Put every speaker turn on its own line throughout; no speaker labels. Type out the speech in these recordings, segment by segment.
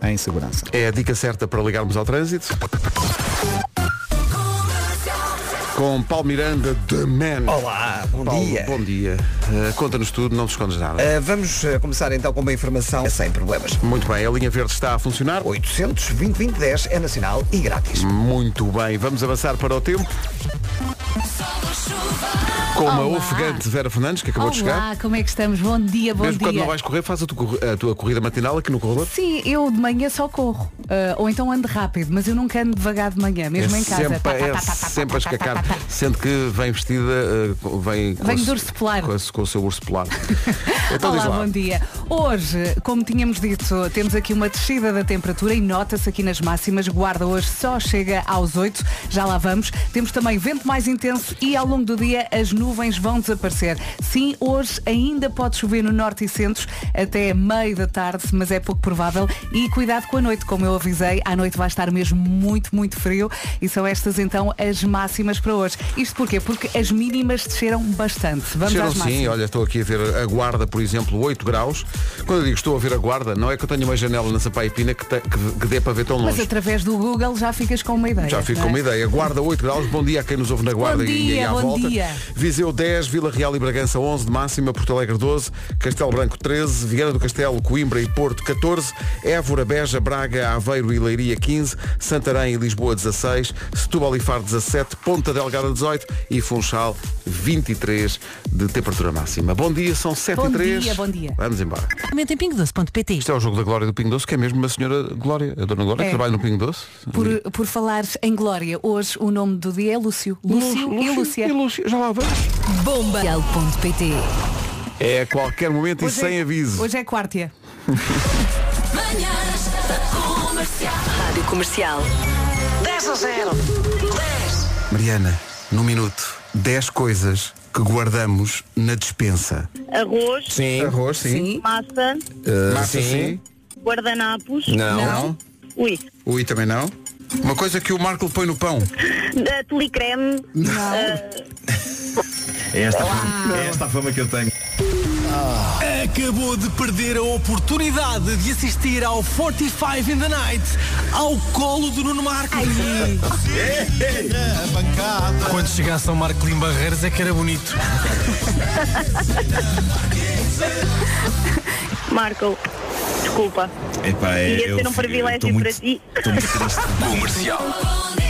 em segurança.
É a dica certa para ligarmos ao trânsito. Com Paulo Miranda, The Man.
Olá, bom
Paulo,
dia.
Bom dia. Eh, Conta-nos tudo, não te escondes nada.
Ah, vamos ah, começar então com uma informação sem problemas.
Muito bem, a linha verde está a funcionar.
800 2010 é nacional e grátis.
Muito bem, vamos avançar para o tempo. Com uma
Olá.
ofegante Vera Fernandes, que acabou de chegar.
Olá, como é que estamos? Bom dia, bom
Mesmo quando
dia.
não vais correr, faz a tu- a tua, corrida matinal aqui no corredor.
Sim, eu de manhã só corro. Ah, ou então ando rápido, mas eu nunca ando devagar de manhã, mesmo
é
em casa.
sempre,
Tá, tá,
é
tá, tá, tá,
sempre a
tá, tá, tá,
escacar.
tá, tá.
Sendo que vem vestida, eh, com- vem com,
Venho
o
de
seu-
urso polar.
com, a- com o seu urso polar. então diz
Olá,
lá.
bom dia. Hoje, como tínhamos dito, temos aqui uma descida da temperatura e nota-se aqui nas máximas. Guarda hoje só chega aos 8, já lá vamos. Temos também vento mais intenso e ao longo do dia as nuvens vão desaparecer. Sim, hoje ainda pode chover no norte e centros até meio da tarde, mas é pouco provável. E cuidado com a noite, como eu avisei, à noite vai estar mesmo muito, muito frio e são estas então as máximas para hoje. Isto porquê? Porque as mínimas desceram bastante. Vamos
Cheiro
às
sim,
máximas.
olha, estou aqui a ver a guarda, por exemplo, 8 graus. Quando eu digo estou a ver a guarda, não é que eu tenho uma janela na Sapaipina que, te- que, que dê para ver tão
Mas
longe.
através do Google já ficas com uma ideia.
Já fico
não
com
é?
uma ideia. Guarda 8 graus, bom dia a quem nos ouve na Guarda
Bom
e, e
dia,
à
bom
volta.
dia.
Viseu 10, Vila Real e Bragança 11 de máxima, Porto Alegre 12, Castelo Branco 13, Viana do Castelo, Coimbra e Porto 14, Évora, Beja, Braga, Aveiro e Leiria 15, Santarém e Lisboa 16, Setúbal e Faro 17, Ponta Delgada 18 e Funchal 23 de temperatura máxima. Bom dia, são 7
Bom
e 3.
dia, bom dia.
Vamos embora.
Comenta em pingodoce.pt.
Isto é o jogo da Glória do Pingo Doce, que é mesmo uma senhora Glória, a dona Glória,
É.
que trabalha no Pingo Doce.
Por, por falar em glória, hoje o nome do dia é Lúcio. Lúcio, e Lúcia.
E Lúcia, já lá vamos.
Bomba.pt
É a qualquer momento e sem
é,
aviso.
Hoje é quarta.
Manhãs da comercial.
Rádio Comercial.
Mariana, num minuto, 10 coisas que guardamos na dispensa.
Arroz,
Sim.
Arroz, sim.
massa,
Uh,
Massa, sim.
guardanapos.
Não.
Não.
Ui,
Ui, também não. Uma coisa que o Marco põe no pão.
eh, telecreme.
Esta, é esta a fama que eu tenho.
Acabou de perder a oportunidade de assistir ao 45 in the Night ao colo do Nuno Marco. Quando chegasse ao Marco Lim Barreiras é que era bonito.
Marco, desculpa.
Epá, é,
Ia ser um
eu-
privilégio
eu tô
para
muito-
ti.
tô muito triste.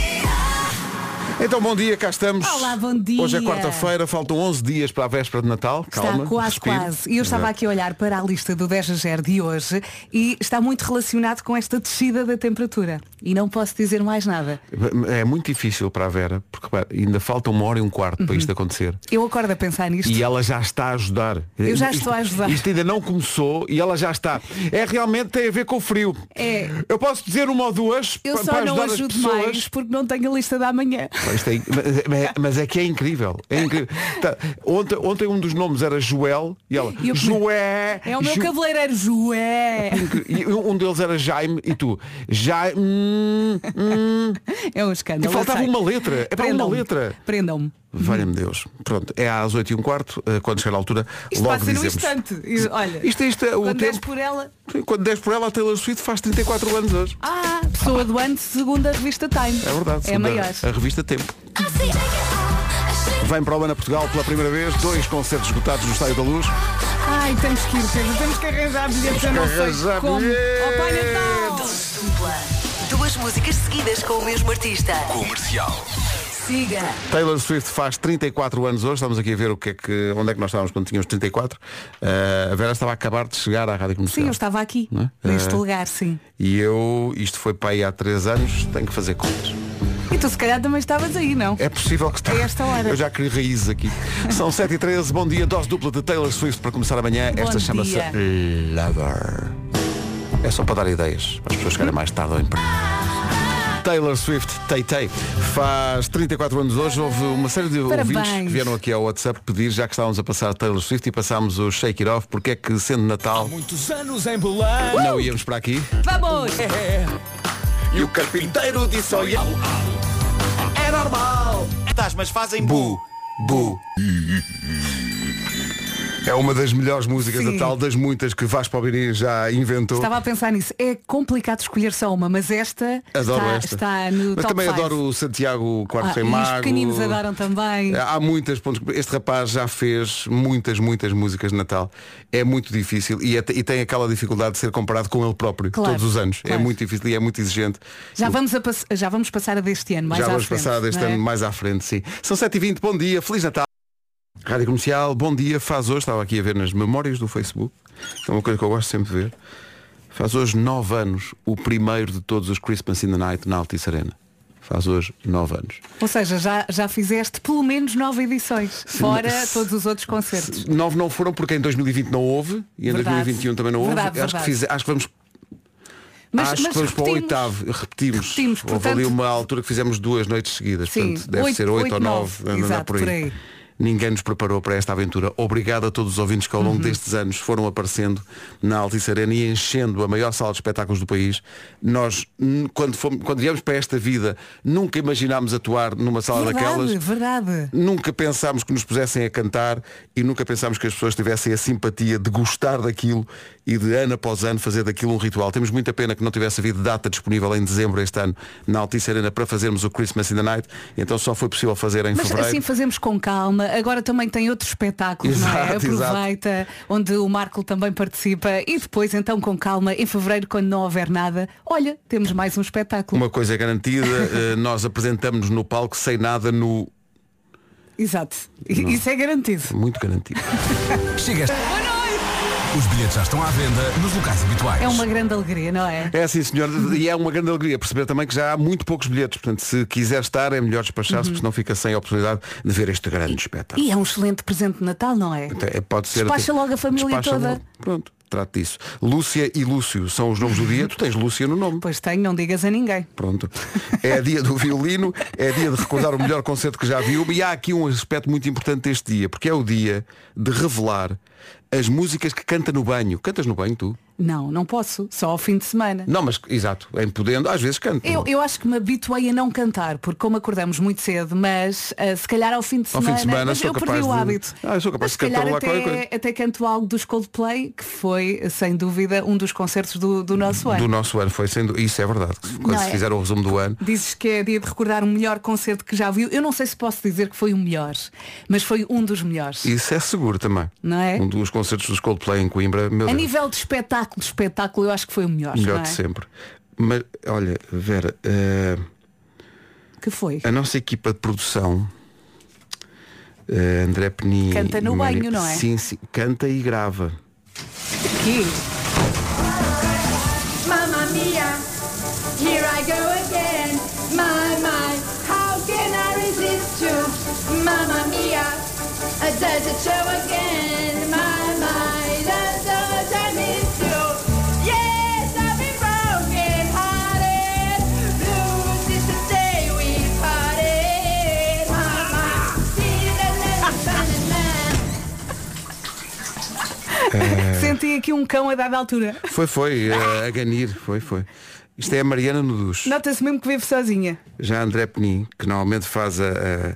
Então, bom dia, cá estamos.
Olá, bom dia.
Hoje é quarta-feira, faltam 11 dias para a véspera de Natal. Calma.
está quase,
respire. É
quase. E eu estava aqui a olhar para a lista do 10 a 0 de hoje e está muito relacionado com esta descida da temperatura. E não posso dizer mais nada.
É muito difícil para a Vera, porque repara, ainda falta uma hora e um quarto para
Uhum.
isto acontecer.
Eu acordo a pensar nisto.
E ela já está a ajudar.
Eu já
Isto-
estou a ajudar.
Isto ainda não começou e ela já está. É realmente tem a ver com o frio.
É.
Eu posso dizer uma ou duas
Eu
pa-
só
para
não
ajudar
ajudo
as pessoas.
mais porque não tenho a lista da manhã.
Pá, isto é in- mas, mas- mas é que é incrível. É incrível. Tá, ontem, ontem um dos nomes era Joel e ela.
E eu-
Joé!
É o meu
Ju-
cabeleireiro é. Joé.
E um deles era Jaime e tu. Jaime. hum, hum.
É um escândalo.
E faltava
eu sei.
uma letra. É para uma
Prendam-me.
letra.
Prendam-me.
Valha-me Deus. Pronto, é às 8 e um quarto, eh, quando chegar a altura,
Isto
logo
passa num
dizemos.
instante. E, Olha,
Isto- isto é o
quando és
tempo.
por ela,
Quando des por ela, a Taylor Swift faz 34 anos hoje.
ah, pessoa do ano segundo a revista Time.
É verdade.
É
segundo a-
maior.
A revista Tempo.
I see it all.
Vem para o Ana Portugal pela primeira vez, dois concertos esgotados no Estádio da Luz.
Ai, temos que ir, Pedro. Temos que arranjar bilhetes. Eu não sei
arranjar
como. Oh, Pai Natal!
Dose dupla. Duas músicas seguidas com o mesmo artista. Comercial. Siga.
Taylor Swift faz 34 anos hoje, estamos aqui a ver o que é que, onde é que nós estávamos quando tínhamos 34. Eh, a Vera estava a acabar de chegar à Rádio Comercial.
Sim, eu estava aqui,
Não é?
neste
É.
lugar, sim.
E eu, isto foi para aí há 3 anos, tenho que fazer contas.
E tu se calhar também estavas aí, não?
É possível que está.
A esta hora.
Eu já criei raízes aqui. São 7 e 13 bom dia, dose dupla de Taylor Swift para começar amanhã.
Bom
Esta chama-se
dia.
Lover. É só para dar ideias. As pessoas chegarem mais tarde ao emprego. Taylor Swift, Tay Tay, faz 34 anos hoje. Houve uma série de
Parabéns.
ouvintes que vieram aqui ao WhatsApp pedir, já que estávamos a passar Taylor Swift e passámos o Shake It Off, porque é que sendo Natal
Muitos anos em Belém.
não íamos para aqui.
Vamos!
E o carpinteiro disse ao Iau,
É normal. Estás, mas fazem
Bu, bu. É uma das melhores músicas
Sim.
da tal, das muitas que Vasco Palmeirinho já inventou.
Estava a pensar nisso. É complicado escolher só uma, mas esta,
Adoro
está,
esta.
está no
Mas
top
também
five.
adoro o Santiago Quarto
Ah,
Sem É,
e os
Mago.
pequeninos adoram também.
Há muitas pontos. Este rapaz já fez muitas, muitas músicas de Natal. É muito difícil e, é- e tem aquela dificuldade de ser comparado com ele próprio
Claro,
todos os anos. É
claro.
muito difícil e é muito exigente.
Já
Eu-
vamos, a pass- já vamos passar a deste ano, mais
já
à
vamos
frente,
passar deste
não é?
ano mais à frente, sim. São 7h20, bom dia, Feliz Natal. Rádio Comercial, bom dia, faz hoje, estava aqui a ver nas memórias do Facebook, que é uma coisa que eu gosto sempre de ver, faz hoje 9 anos o primeiro de todos os Christmas in the Night na Altice Arena. Faz hoje 9 anos.
Ou seja, já, já fizeste pelo menos nove edições, fora
se-
todos os outros concertos.
9 não foram porque em 2020 não houve e em
Verdade.
2021 também não houve.
Verdade,
acho,
verdade.
Que fiz- acho que vamos,
Mas,
acho
mas
que vamos para o
repetimos.
oitavo. Repetimos.
Repetimos,
Houve ali
portanto-
uma altura que fizemos duas noites seguidas.
Sim,
portanto, deve
oito-
ser 8 ou
oito,
9.
nove, exato, por aí.
Ninguém nos preparou para esta aventura. Obrigado a todos os ouvintes que ao
Uhum.
longo destes anos foram aparecendo na Altice Arena e enchendo a maior sala de espetáculos do país. Nós, n- quando, fomos, quando viemos para esta vida, nunca imaginámos atuar numa sala
Verdade,
daquelas.
verdade.
Nunca pensámos que nos pusessem a cantar e nunca pensámos que as pessoas tivessem a simpatia de gostar daquilo e de ano após ano fazer daquilo um ritual. Temos muita pena que não tivesse havido data disponível em dezembro este ano na Altice Arena para fazermos o Christmas in the Night, então só foi possível fazer em
Mas
fevereiro.
assim fazemos com calma. Agora também tem outros espetáculos, não é?
Exato, exato.
Aproveita, onde o Marco também participa. E depois, então, com calma, em fevereiro, quando não houver nada, olha, temos mais um espetáculo.
Uma coisa é garantida, eh, nós apresentamos no palco sem nada no.
Exato. I- Isso é garantido.
Muito garantido.
Chega. Os bilhetes já estão à venda nos locais habituais.
É uma grande alegria, não é?
É assim, senhor, e é uma grande alegria perceber também que já há muito poucos bilhetes. Portanto, se quiser estar, é melhor
Uhum.
despachar-se, porque senão fica sem a oportunidade de ver este grande espetáculo.
E é um excelente presente de Natal, não é?
Então, é, pode ser
Despacha
até-
logo a família
despacha
toda.
logo. Pronto, trato disso. Lúcia e Lúcio são os nomes do dia. Tu tens Lúcia no nome.
Pois tenho, não digas a ninguém.
Pronto. É dia do violino, é dia de recordar o melhor concerto que já viu. E há aqui um aspecto muito importante deste dia, porque é o dia de revelar as músicas que canta no banho. Cantas no banho tu?
Não, não posso. Só ao fim de semana.
Não, mas exato, em podendo, às vezes canto.
Eu, eu acho que me habituei a não cantar, porque como acordamos muito cedo, mas ah, se calhar ao fim de
Ao
semana,
fim de semana
mas
sou
eu
capaz
perdi o
de-
hábito.
Ah, eu sou capaz de
mas se calhar
cantar lá
até,
qualquer coisa.
até canto algo dos Coldplay, que foi, sem dúvida, um dos concertos do, do nosso ano.
Do nosso ano foi sendo. Isso é verdade. Quando
Não
se
é?
fizer o resumo do ano.
Dizes que é dia de recordar o melhor concerto que já viu. Eu não sei se posso dizer que foi o melhor, mas foi um dos melhores.
Isso é seguro também.
Não é?
Um dos concertos dos Coldplay em Coimbra, meu
A
Deus.
nível de espetáculo, espetáculo, eu acho que foi o melhor.
Melhor
não é?
de sempre. Mas, olha, Vera, eh,
Que foi?
a nossa equipa de produção, eh, André Penin.
Canta no
e Maria-
banho, não é?
Sim, sim, canta e grava.
Aqui.
Mamma mia, here I go again. My, my, how can I resist you? Mamma mia, a desert show again. My, my, the thought I miss you. Yes, I've been broken hearted. Blues is the day we parted. My, my, see the little shining man.
Senti aqui um cão a dada altura.
Foi, foi, eh, a ganir, foi, foi. Isto é a Mariana Nuduz.
Nota-se mesmo que vive sozinha.
Já André Penin, que normalmente faz a- a-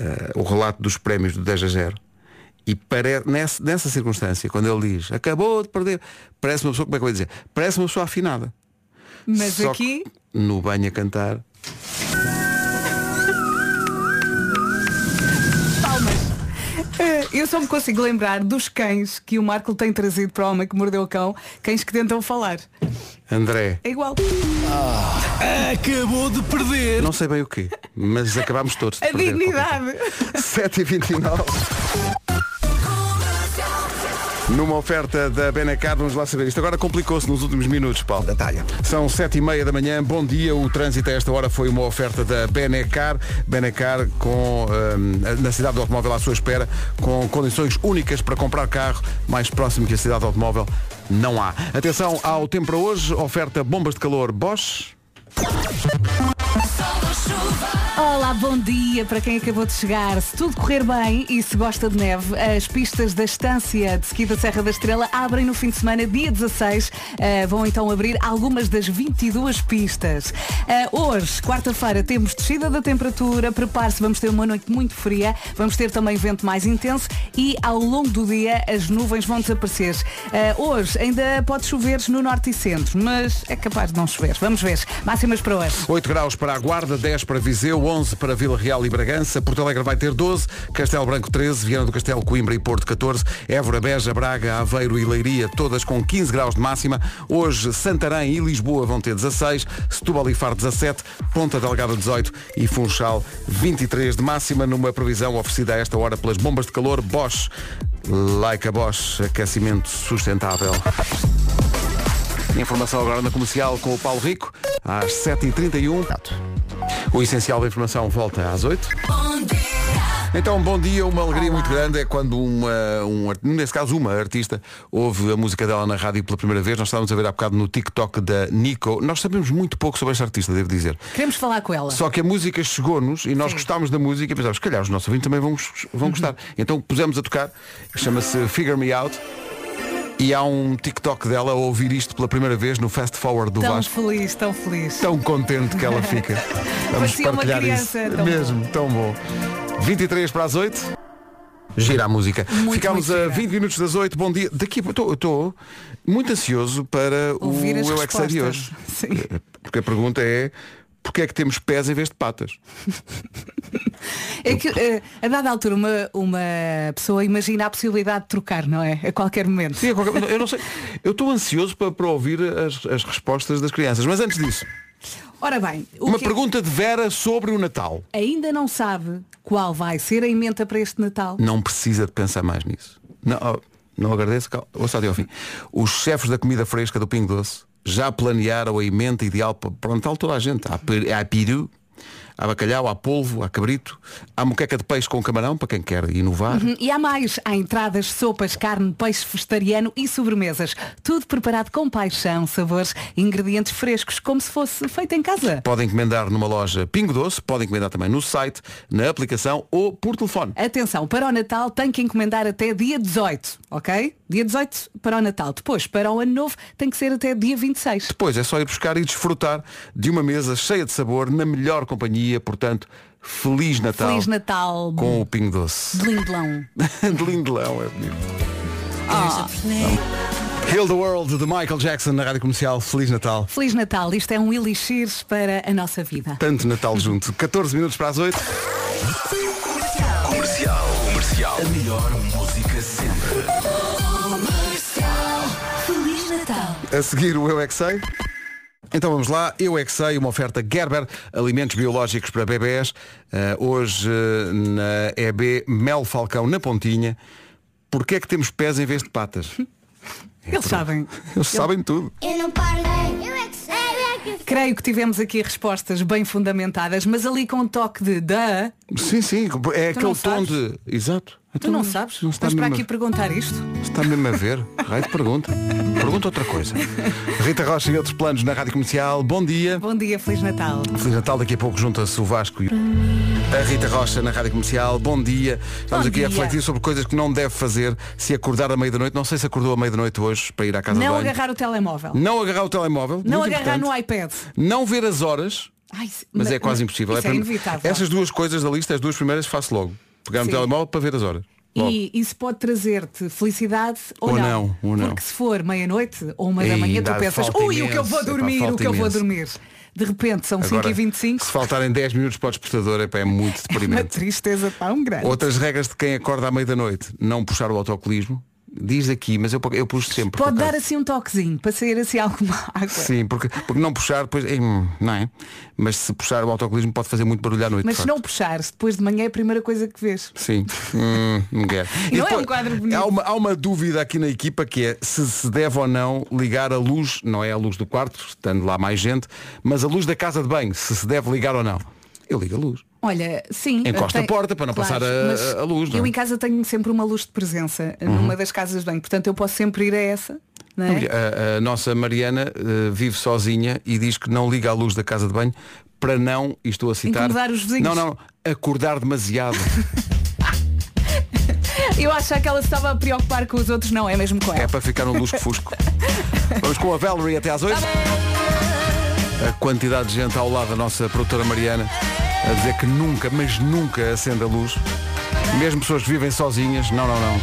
a- o relato dos prémios do 10 a 0. E pare- nessa, nessa circunstância, quando ele diz acabou de perder, parece uma pessoa, como é que eu vou dizer? Parece uma pessoa afinada.
Mas
Só
aqui.
que no banho a cantar.
Eh, Eu só me consigo lembrar dos cães que o Marco tem trazido para o homem que mordeu o cão, cães que tentam falar.
André,
É igual.
Acabou de perder.
não sei bem o quê, mas acabámos todos. de
A
perder
dignidade.
7h29. Numa oferta da Benacar, vamos lá saber isto. Agora complicou-se nos últimos minutos, Paulo.
Natália.
São sete e meia da manhã, bom dia. O trânsito a esta hora foi uma oferta da Benecar. Benecar com, hum, na cidade do automóvel à sua espera, com condições únicas para comprar carro, mais próximo que a cidade do automóvel não há. Atenção ao tempo para hoje, oferta bombas de calor Bosch.
Olá, bom dia para quem acabou de chegar. Se tudo correr bem e se gosta de neve, as pistas da Estância de Ski da Serra da Estrela abrem no fim de semana, dia 16. Eh, vão então abrir algumas das 22 pistas. Eh, hoje, quarta-feira, temos descida da temperatura. Prepare-se, vamos ter uma noite muito fria. Vamos ter também vento mais intenso e ao longo do dia as nuvens vão desaparecer. Eh, hoje ainda pode chover no norte e centro, mas é capaz de não chover. Vamos ver. Máximas para hoje.
8 graus para a Guarda, 10 para Viseu, 11 para Vila Real e Bragança, Porto Alegre vai ter 12, Castelo Branco 13, Viana do Castelo, Coimbra e Porto 14, Évora, Beja, Braga, Aveiro e Leiria, todas com 15 graus de máxima. Hoje Santarém e Lisboa vão ter 16, Setúbal e Faro 17, Ponta Delgada 18 e Funchal 23 de máxima, numa previsão oferecida a esta hora pelas bombas de calor Bosch. Like a Bosch, aquecimento sustentável. Informação agora na comercial com o Paulo Rico, às 7h31. O essencial da informação volta às 8. Então, bom dia, uma alegria muito grande é quando uma, um, art- nesse caso uma artista, ouve a música dela na rádio pela primeira vez. Nós estávamos a ver há bocado no TikTok da Nico. Nós sabemos muito pouco sobre esta artista, devo dizer.
Queremos falar com ela.
Só que a música chegou-nos e nós gostámos da música e pensámos, se calhar os nossos ouvintes também vão, gos-
Uhum.
vão gostar. Então pusemos a tocar, chama-se Figure Me Out. E há um TikTok dela a ouvir isto pela primeira vez no Fast Forward do
Tão
Vasco.
feliz, tão feliz.
Tão contente que ela fica. Vamos
Parecia uma
partilhar
criança, é
isso.
tão
Mesmo, tão bom. 23 para as 8. Gira a música.
Muito,
Ficámos
muito
a
gira.
20 minutos das 8. Bom dia. Daqui estou muito ansioso para
Ouvir
o
as
Eu É Que Sei de hoje. Eh,
respostas. Sim.
Porque a pergunta é porque é que temos pés em vez de patas?
É que eh, a dada altura uma, uma pessoa imagina a possibilidade de trocar, não é? A qualquer momento.
Sim, a qualquer- Eu não sei. Eu estou ansioso para, para ouvir as, as respostas das crianças. Mas antes disso,
Ora bem, o
uma
que é
pergunta de Vera sobre o Natal.
ainda não sabe qual vai ser a emenda para este Natal.
não precisa de pensar mais nisso. Não, oh, não agradeço, cal- ouça até ao fim. Os chefes da comida fresca do Pingo Doce já planearam a emenda ideal para para o Natal toda a gente. Há, per- há peru, há bacalhau, há polvo, há cabrito, há moqueca de peixe com camarão, para quem quer inovar.
Hum, E há mais, há entradas, sopas, carne, peixe vegetariano e sobremesas. Tudo preparado com paixão, sabores e ingredientes frescos, como se fosse feito em casa.
Podem encomendar numa loja Pingo Doce, podem encomendar também no site, na aplicação ou por telefone.
Atenção, para o Natal tem que encomendar até dia 18, ok? Dia 18 para o Natal. Depois, para o Ano Novo, tem que ser até dia 26.
Depois é só ir buscar e desfrutar de uma mesa cheia de sabor, na melhor companhia, portanto, Feliz Natal,
Feliz Natal,
com o Pingo Doce.
de Lindelão.
de Lindelão, é bonito. Heal the World de Michael Jackson na Rádio Comercial. Feliz Natal.
Feliz Natal, isto é um elixir para a nossa vida.
Tanto Natal junto. 14 minutos para as 8.
Comercial, comercial. A melhor música sempre.
Feliz Natal.
A seguir o Eu É Que Sei. Então vamos lá, eu é que sei, uma oferta Gerber, alimentos biológicos para bebés. Ah, hoje eh, na EB, Mel Falcão na pontinha. Porquê é que temos pés em vez de patas?
Eles sabem.
Eles sabem tudo.
Eu não paro. Eu é que sei. Eu é que sei.
Creio que tivemos aqui respostas bem fundamentadas, mas ali com um toque de da,
Sim, sim, é
Tu não
aquele tom
sabes?
de... Exato. Então,
tu não sabes?
Não
Mas
está
para
mesmo a-
aqui perguntar isto?
Está mesmo a ver? Raio de pergunta. Pergunta outra coisa. Rita Rocha e outros planos na Rádio Comercial. Bom dia.
Bom dia, Feliz Natal.
Feliz Natal, daqui a pouco junta-se o Vasco e a Rita Rocha na Rádio Comercial. Bom dia. Estamos
Bom
aqui a
dia.
refletir sobre coisas que não deve fazer se acordar à meia da noite. Não sei se acordou à meia da noite hoje para ir à casa de
Não
banho.
agarrar o telemóvel.
Não agarrar o telemóvel.
Não
muito
agarrar
importante.
no iPad.
Não ver as horas,
Ai, se-
mas é quase impossível.
Isso é,
para-
inevitável.
Essas duas coisas da lista, as duas primeiras, faço logo. Pegar no
Sim.
telemóvel para ver as horas. Logo.
E isso pode trazer-te felicidade ou,
Ou não, ou não.
Porque se for meia-noite ou uma
Ei,
da manhã, tu
dá-
pensas,
falta
ui, o que eu
imenso.
vou
Epá,
dormir, o
falta
que eu vou
imenso.
dormir. De repente são
Agora,
5h25.
Se faltarem 10 minutos para o despertador, epá, é muito
Uma
deprimente.
tristeza para um grande.
Outras regras de quem acorda à meia-da-noite, não puxar o autocolismo. Diz aqui, mas eu, eu puxo sempre. por
Pode
acaso.
dar assim um toquezinho para sair assim alguma água.
Sim, porque, porque não puxar, depois, hum, não é? Mas se puxar o autocolismo pode fazer muito barulho à noite.
Mas
de
se
facto.
não puxares, depois de manhã é a primeira coisa que vês.
Sim, hum, não quero. E
Não é um quadro bonito.
Há uma, há uma dúvida aqui na equipa que é se se deve ou não ligar a luz, não é a luz do quarto, estando lá mais gente, mas a luz da casa de banho, se se deve ligar ou não. Eu ligo a luz.
Olha, sim.
Encosta
tem-
a porta para não passar a-
mas
a luz, não é?
Eu eh,
Uhum.
em casa tenho sempre uma luz de presença numa das casas de banho, portanto eu posso sempre ir a essa. não é?
A, a nossa Mariana eh, vive sozinha e diz que não liga a luz da casa de banho para não, e estou a citar.
Incomodar os vizinhos.
Não, não, acordar demasiado.
Eu achava que ela se estava a preocupar com os outros, não, é mesmo com
é
ela.
para ficar no lusco-fusco. Vamos com a Valerie até às 8. A quantidade de gente ao lado da nossa produtora Mariana a dizer que nunca, mas nunca acende a luz. Mesmo pessoas que vivem sozinhas, não, não, não.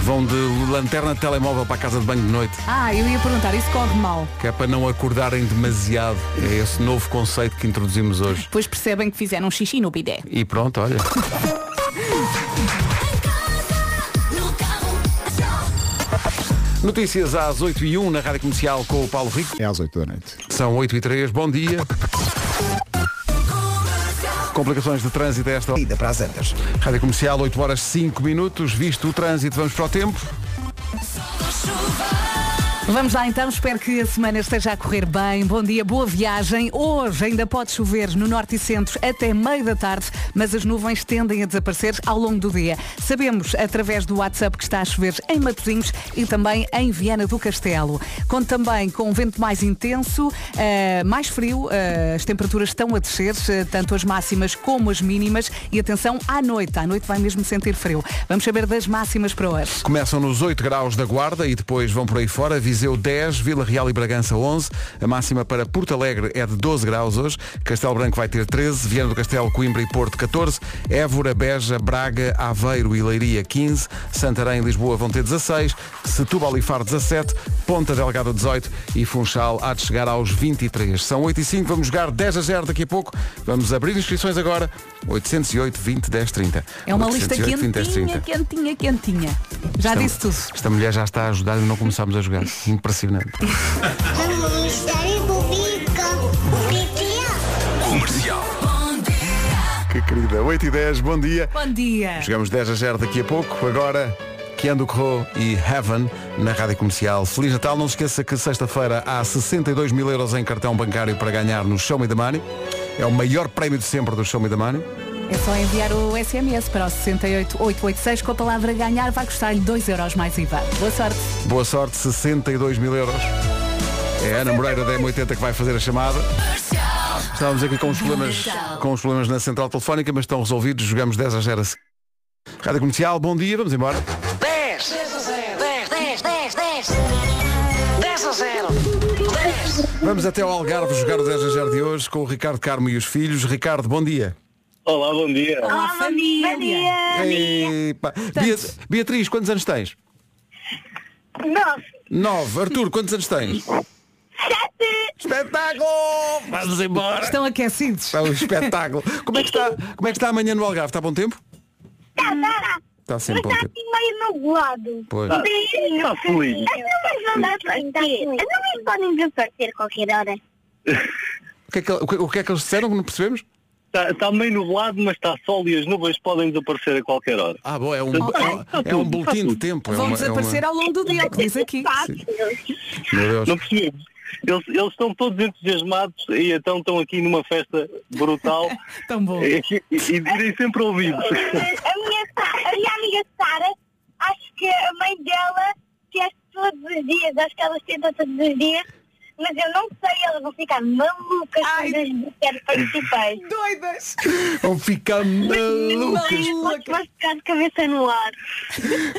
Vão de lanterna de telemóvel para a casa de banho de noite.
Ah, eu ia perguntar, isso corre mal.
que é para não acordarem demasiado. É esse novo conceito que introduzimos hoje.
Depois percebem que fizeram um xixi no bidé.
E pronto, olha. Notícias às 8 e 1 na Rádio Comercial com o Paulo Rico.
É às 8 da noite.
São 8 e 3, bom dia. Complicações de trânsito a esta hora.
Ida para as Antas.
Rádio Comercial, 8 horas 5 minutos. Visto o trânsito, vamos para o tempo.
Vamos lá então, espero que a semana esteja a correr bem. Bom dia, boa viagem. Hoje ainda pode chover no norte e centro até meio da tarde, mas as nuvens tendem a desaparecer ao longo do dia. Sabemos através do WhatsApp que está a chover em Matosinhos e também em Viana do Castelo. Conto também com um vento mais intenso, eh, mais frio, eh, as temperaturas estão a descer, eh, tanto as máximas como as mínimas. E atenção à noite, à noite vai mesmo sentir frio. Vamos saber das máximas para hoje.
Começam nos 8 graus da Guarda e depois vão por aí fora. Viseu 10, Vila Real e Bragança 11. A máxima para Porto Alegre é de 12 graus hoje. Castelo Branco vai ter 13. Viana do Castelo, Coimbra e Porto 14. Évora, Beja, Braga, Aveiro e Leiria 15. Santarém e Lisboa vão ter 16. Setúbal e Faro 17. Ponta Delgada 18. E Funchal há de chegar aos 23. São 8 e 5. Vamos jogar 10 a 0 daqui a pouco. Vamos abrir inscrições agora. 808 20 10 30.
É uma lista
808 20 10 30.
quentinha, quentinha, quentinha. Já
Esta-
disse tudo.
Esta mulher já está a ajudar e não começámos a jogar. Impressionante.
Vamos estar em bobica. Bobica.
Que querida. 8 e 10, bom dia.
Bom dia.
Chegamos 10 a 0 daqui a pouco. Agora, Keanu Corro e Heaven na Rádio Comercial. Feliz Natal. Não se esqueça que sexta-feira há 62 mil euros em cartão bancário para ganhar no Show Me The Money. É o maior prémio de sempre do Show Me The Money.
É só enviar o SMS para o 68886 com a palavra ganhar vai custar-lhe 2 euros mais IVA. Boa sorte.
Boa sorte, 62 mil euros. É a Ana Moreira da M80 que vai fazer a chamada. Estávamos aqui com os problemas, com os problemas na central telefónica, mas estão resolvidos. Jogamos 10 a 0 a seguir. Rádio Comercial, bom dia, vamos embora.
10, 10, 10, 10, 10, 10 a 0. 10.
Vamos até ao Algarve jogar o 10 a 0 de hoje com o Ricardo Carmo e os filhos. Ricardo, bom dia.
Olá, bom dia.
Olá, família.
Epa. Beat- Beatriz, quantos anos tens?
Nove.
9. Arthur, quantos anos tens?
Sete.
Espetáculo! Vamos embora!
Estão aquecidos.
Está um espetáculo. Como é, que está, como é que está amanhã no Algarve? Está bom tempo?
Tá, tá, tá.
Está sempre bom tempo.
meio nublado.
Pois.
Está
fluido.
As nuvens vão dar partir. As nuvens podem desaparecer qualquer hora.
O que, é que, o que- o que é que eles disseram que não percebemos?
Está tá meio nublado, mas está sol e as nuvens podem desaparecer a qualquer hora.
Ah, bom, é um,
Ok.
é, é um boletim de tempo. É
Vão
uma- é uma-
desaparecer ao longo do dia, é o que diz aqui.
Meu
Não
Deus.
percebemos. Eles, eles estão todos entusiasmados e então estão aqui numa festa brutal
Tão bom.
É.
e, e, e dizem sempre ouvidos.
A minha, Sa- a minha amiga Sara, acho que a mãe dela testa todos os dias, acho que elas tentam todos os dias, mas eu não sei, elas vão ficar malucas
Ai.
quando eu quero participar.
Doidas.
Vão ficar malucas.
Mas vai ficar de cabeça no ar.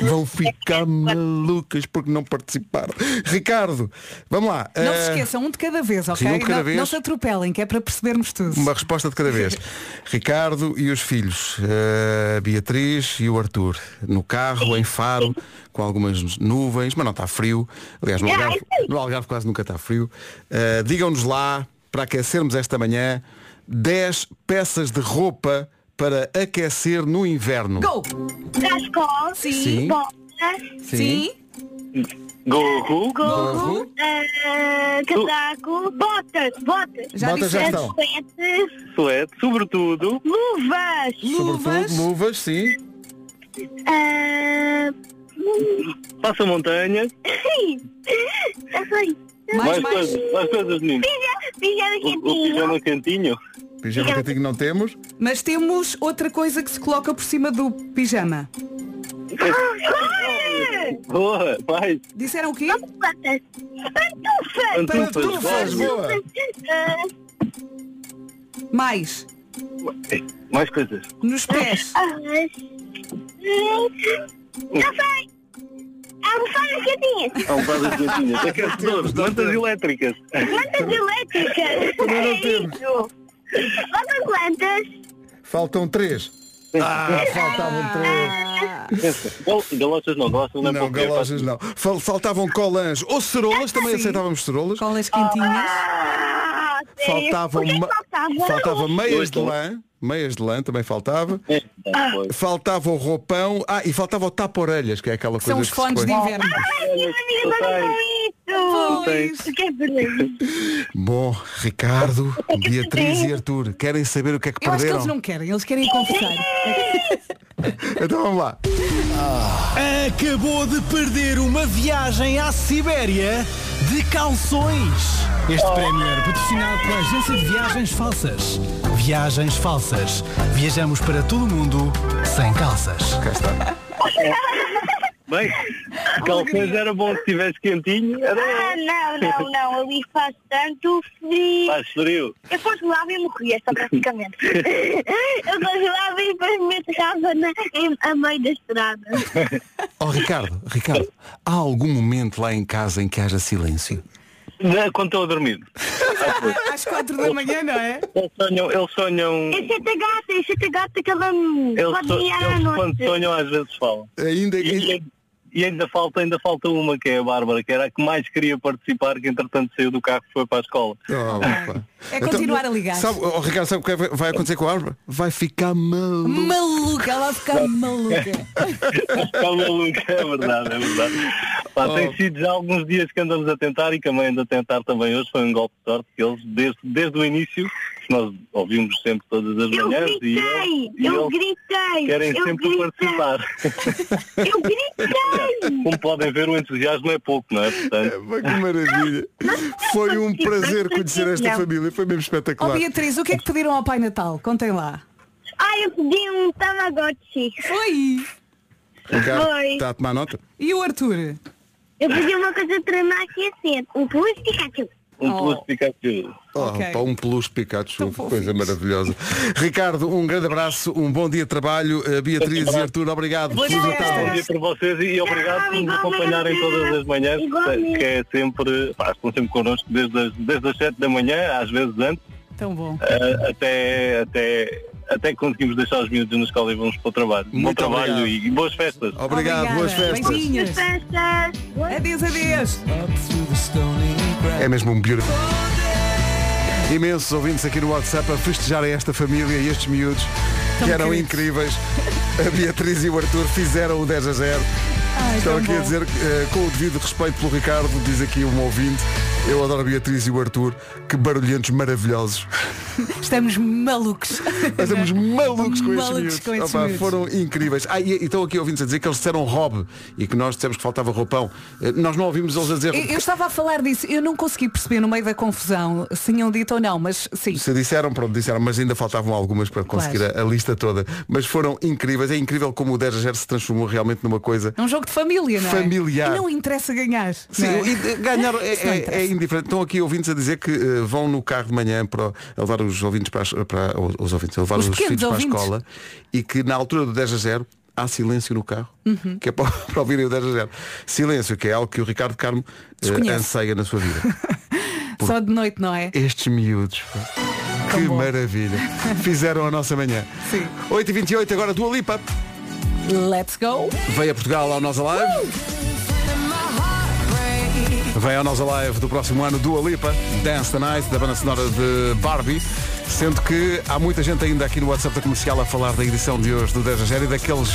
Vão ficar malucas porque não participaram. Ricardo, vamos lá.
Não
Eh,
se esqueçam, um de cada vez, ok?
sim, um de cada
não,
vez.
não se atropelem, que é para percebermos tudo.
Uma resposta de cada vez. Ricardo e os filhos, eh, a Beatriz e o Arthur, no carro, em Faro, com algumas nuvens, mas não está frio. Aliás, no Algarve, no Algarve quase nunca está frio. Eh, Digam-nos lá, para aquecermos esta manhã, 10 peças de roupa para aquecer no inverno.
Go!
Cascó,
Sim.
bola,
Sim.
Gorro,
gorro, ah, casaco, botas, botas,
Já
Botas já
disseste.
estão.
Suetes,
suete, sobretudo,
luvas,
Luvas.
Sobretudo luvas, sim.
ah,
passa montanha,
sim, eu sei.
Mais,
mais,
mais.
coisas, mais coisas meninos.
Pijama
O, o
quentinho.
pijama cantinho.
Pijama catinho não temos.
Mas temos outra coisa que se coloca por cima do pijama.
Boa, mais.
Disseram o quê?
Pantufas!
Pantufas, boa.
Ah,
Mais.
Mais coisas.
Nos pés.
ah, hum, Já sei! Almofadas quentinhas!
Há um par é de gatinhas. Aquecedores, mantas elétricas.
Plantas elétricas!
Não, não
é
temos.
isso! Faltam quantas?
Faltam três. Ah, faltavam três.
Gal- Galochas não, galochas não é
Não,
qualquer,
galojas não. Fal- Faltavam colãs ou cerolas,
Ah,
também aceitávamos cerolas.
Colas quentinhas.
Ah, sério?
Faltavam
O que é que
ma-
faltava?
faltava meias
Dois,
de
dois.
lã, meias de lã também faltava.
faz- É, tá, pois.
Faltava o roupão, ah, e faltava o tapa-orelhas, que é aquela coisa
São os
que
fones
se
de
põe.
inverno.
Ai, minhas amigas andam com
Pois.
isso! Que é verdade.
Bom, Ricardo,
é
Beatriz e Arthur, querem saber o que é que
Eu acho que eles
perderam?
não querem, eles querem confessar.
Então vamos lá.
Acabou de perder uma viagem à Sibéria de calções. Este prémio era patrocinado pela agência de viagens falsas. Viagens falsas. Viajamos para todo o mundo sem calças.
Bem, Ah, calções era bom se tivesse quentinho. Era
Ah,
bom.
não, não, não. Ali faz tanto frio.
Faz frio.
Eu congelava e morria, é só praticamente. Eu congelava e depois me aterrava na, em, a meio da estrada.
Ó Oh, Ricardo, Ricardo, há algum momento lá em casa em que haja silêncio?
Não, Quando estão a dormir. Ah,
Às quatro da manhã, não é?
Eles sonham, eles sonham.
Esse é gata, esse é gata que ela
Eles, so-
pode à
eles quando
noite.
sonham às vezes falam.
Ainda
E, e ainda falta, ainda falta uma que é a Bárbara, que era a que mais queria participar, que entretanto saiu do carro e foi para a escola.
Oh, opa. Então,
É continuar a ligar.
Sabe, ó, Ricardo, sabe o que é- vai acontecer com a árvore? Vai ficar maluco.
Maluca, ela vai ficar maluca.
Está maluco, é verdade, é verdade. Pá, Tem sido já alguns dias que andamos a tentar e que a mãe anda a tentar também hoje. Foi um golpe de sorte que eles, desde, desde o início, nós ouvimos sempre todas as
Eu
manhãs e
gritei,
eles, e
eu
eles
gritei,
querem
eu
sempre
gritei,
participar.
eu gritei.
Como podem ver, o entusiasmo é pouco, não é? Portanto,
Mas que maravilha. Foi um prazer conhecer esta família. Foi mesmo
Ó
espetacular.
Beatriz, o que é que pediram ao Pai Natal? Contem lá.
Ai, eu pedi um Tamagotchi.
Oi!
Ricardo,
Oi.
está a tomar nota?
E o Arthur?
Eu pedi uma coisa para me aquecer, um peluche Pikachu.
um
Oh.
plus fica aqui.
Oh,
Ok. Então
pá, um peluche Pikachu,
Tão fofinhos.
coisa maravilhosa. Ricardo, um grande abraço, um bom dia de trabalho. A Beatriz e Arthur, obrigado.
Boa
Feliz
festa.
Natal.
Bom dia para vocês e obrigado por nos
Igualmente.
acompanharem todas as manhãs,
Igualmente.
que é sempre, pá, estão sempre connosco desde as, desde as 7 da manhã, às vezes antes,
Tão bom.
eh, até, até, até que conseguimos deixar os miúdos na escola e vamos para o trabalho.
Muito
Bom trabalho
obrigado.
e boas festas.
Obrigado, boas
Obrigada.
festas.
Beijinhos.
Festas.
Adeus, adeus.
É mesmo um beautiful. Imensos ouvintes aqui no WhatsApp a festejarem esta família e estes miúdos
Tão
que eram
queridos.
incríveis. A Beatriz e o Arthur fizeram o 10 a 0.
Ai,
Estão
tão
aqui a
bom.
dizer, eh, com o devido respeito pelo Ricardo, diz aqui um ouvinte, eu adoro a Beatriz e o Arthur, que barulhentos maravilhosos.
Estamos malucos.
Nós estamos malucos com estes
É Malucos
miúdos.
com estes
Opa,
miúdos.
Foram incríveis. Ah, e, e estão aqui ouvintes a dizer que eles disseram Rob e que nós dissemos que faltava roupão. Eh, Nós não ouvimos eles a dizer.
Eu, eu estava a falar disso. Eu não consegui perceber no meio da confusão se tinham dito ou não, mas sim.
Se disseram, pronto, disseram, mas ainda faltavam algumas para conseguir
Claro.
a, a lista toda. Mas foram incríveis. É incrível como o 10 a 0 se transformou realmente numa coisa.
É um jogo de família, não é?
Familiar.
E não interessa ganhar.
Sim,
não é?
e de- ganhar é,
Isso não
é-
interessa.
é indiferente. Estão aqui ouvintes a dizer que eh, vão no carro de manhã para o- a levar os ouvintes para, as- para- os- os ouvintes, a levar
Os
os,
pequenos
filhos para a
ouvintes.
escola e que na altura do 10 a 0 há silêncio no carro,
Uhum.
que é para, para ouvirem o 10 a 0. Silêncio, que é algo que o Ricardo Carmo eh,
Desconhece.
anseia na sua vida.
Só de noite, não é?
Estes miúdos. pá. Que maravilha. Fizeram a nossa manhã.
Sim.
8h28, agora Dua Lipa.
Let's go.
Veio a Portugal ao Nossa Live. Vem ao Nossa Live do próximo ano Dua Lipa, Dance the Night, da banda sonora de Barbie. Sendo que há muita gente ainda aqui no WhatsApp da comercial a falar da edição de hoje do 10 a 0 e daqueles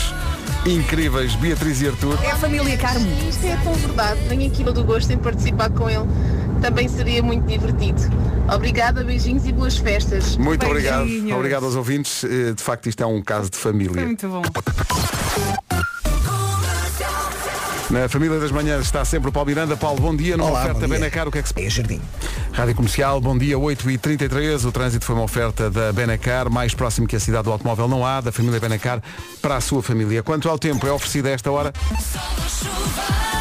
incríveis Beatriz e Arthur.
É a família Carmo.
Isto é tão verdade, tenho aquilo do gosto em participar com ele. Também seria muito divertido. Obrigada, beijinhos e boas festas.
Muito obrigado.
Beijinhos.
Obrigado aos ouvintes. Eh, De facto, isto é um caso de
É
família.
muito bom.
Na família das manhãs está sempre o Paulo Miranda. Paulo, bom dia. Numa
Olá,
oferta
bom dia.
Benacar, o que é que se
É jardim.
Rádio Comercial, bom dia, 8h33. O trânsito foi uma oferta da Benacar, mais próximo que a cidade do automóvel não há, da família Benacar para a sua família. Quanto ao tempo, é oferecido a esta hora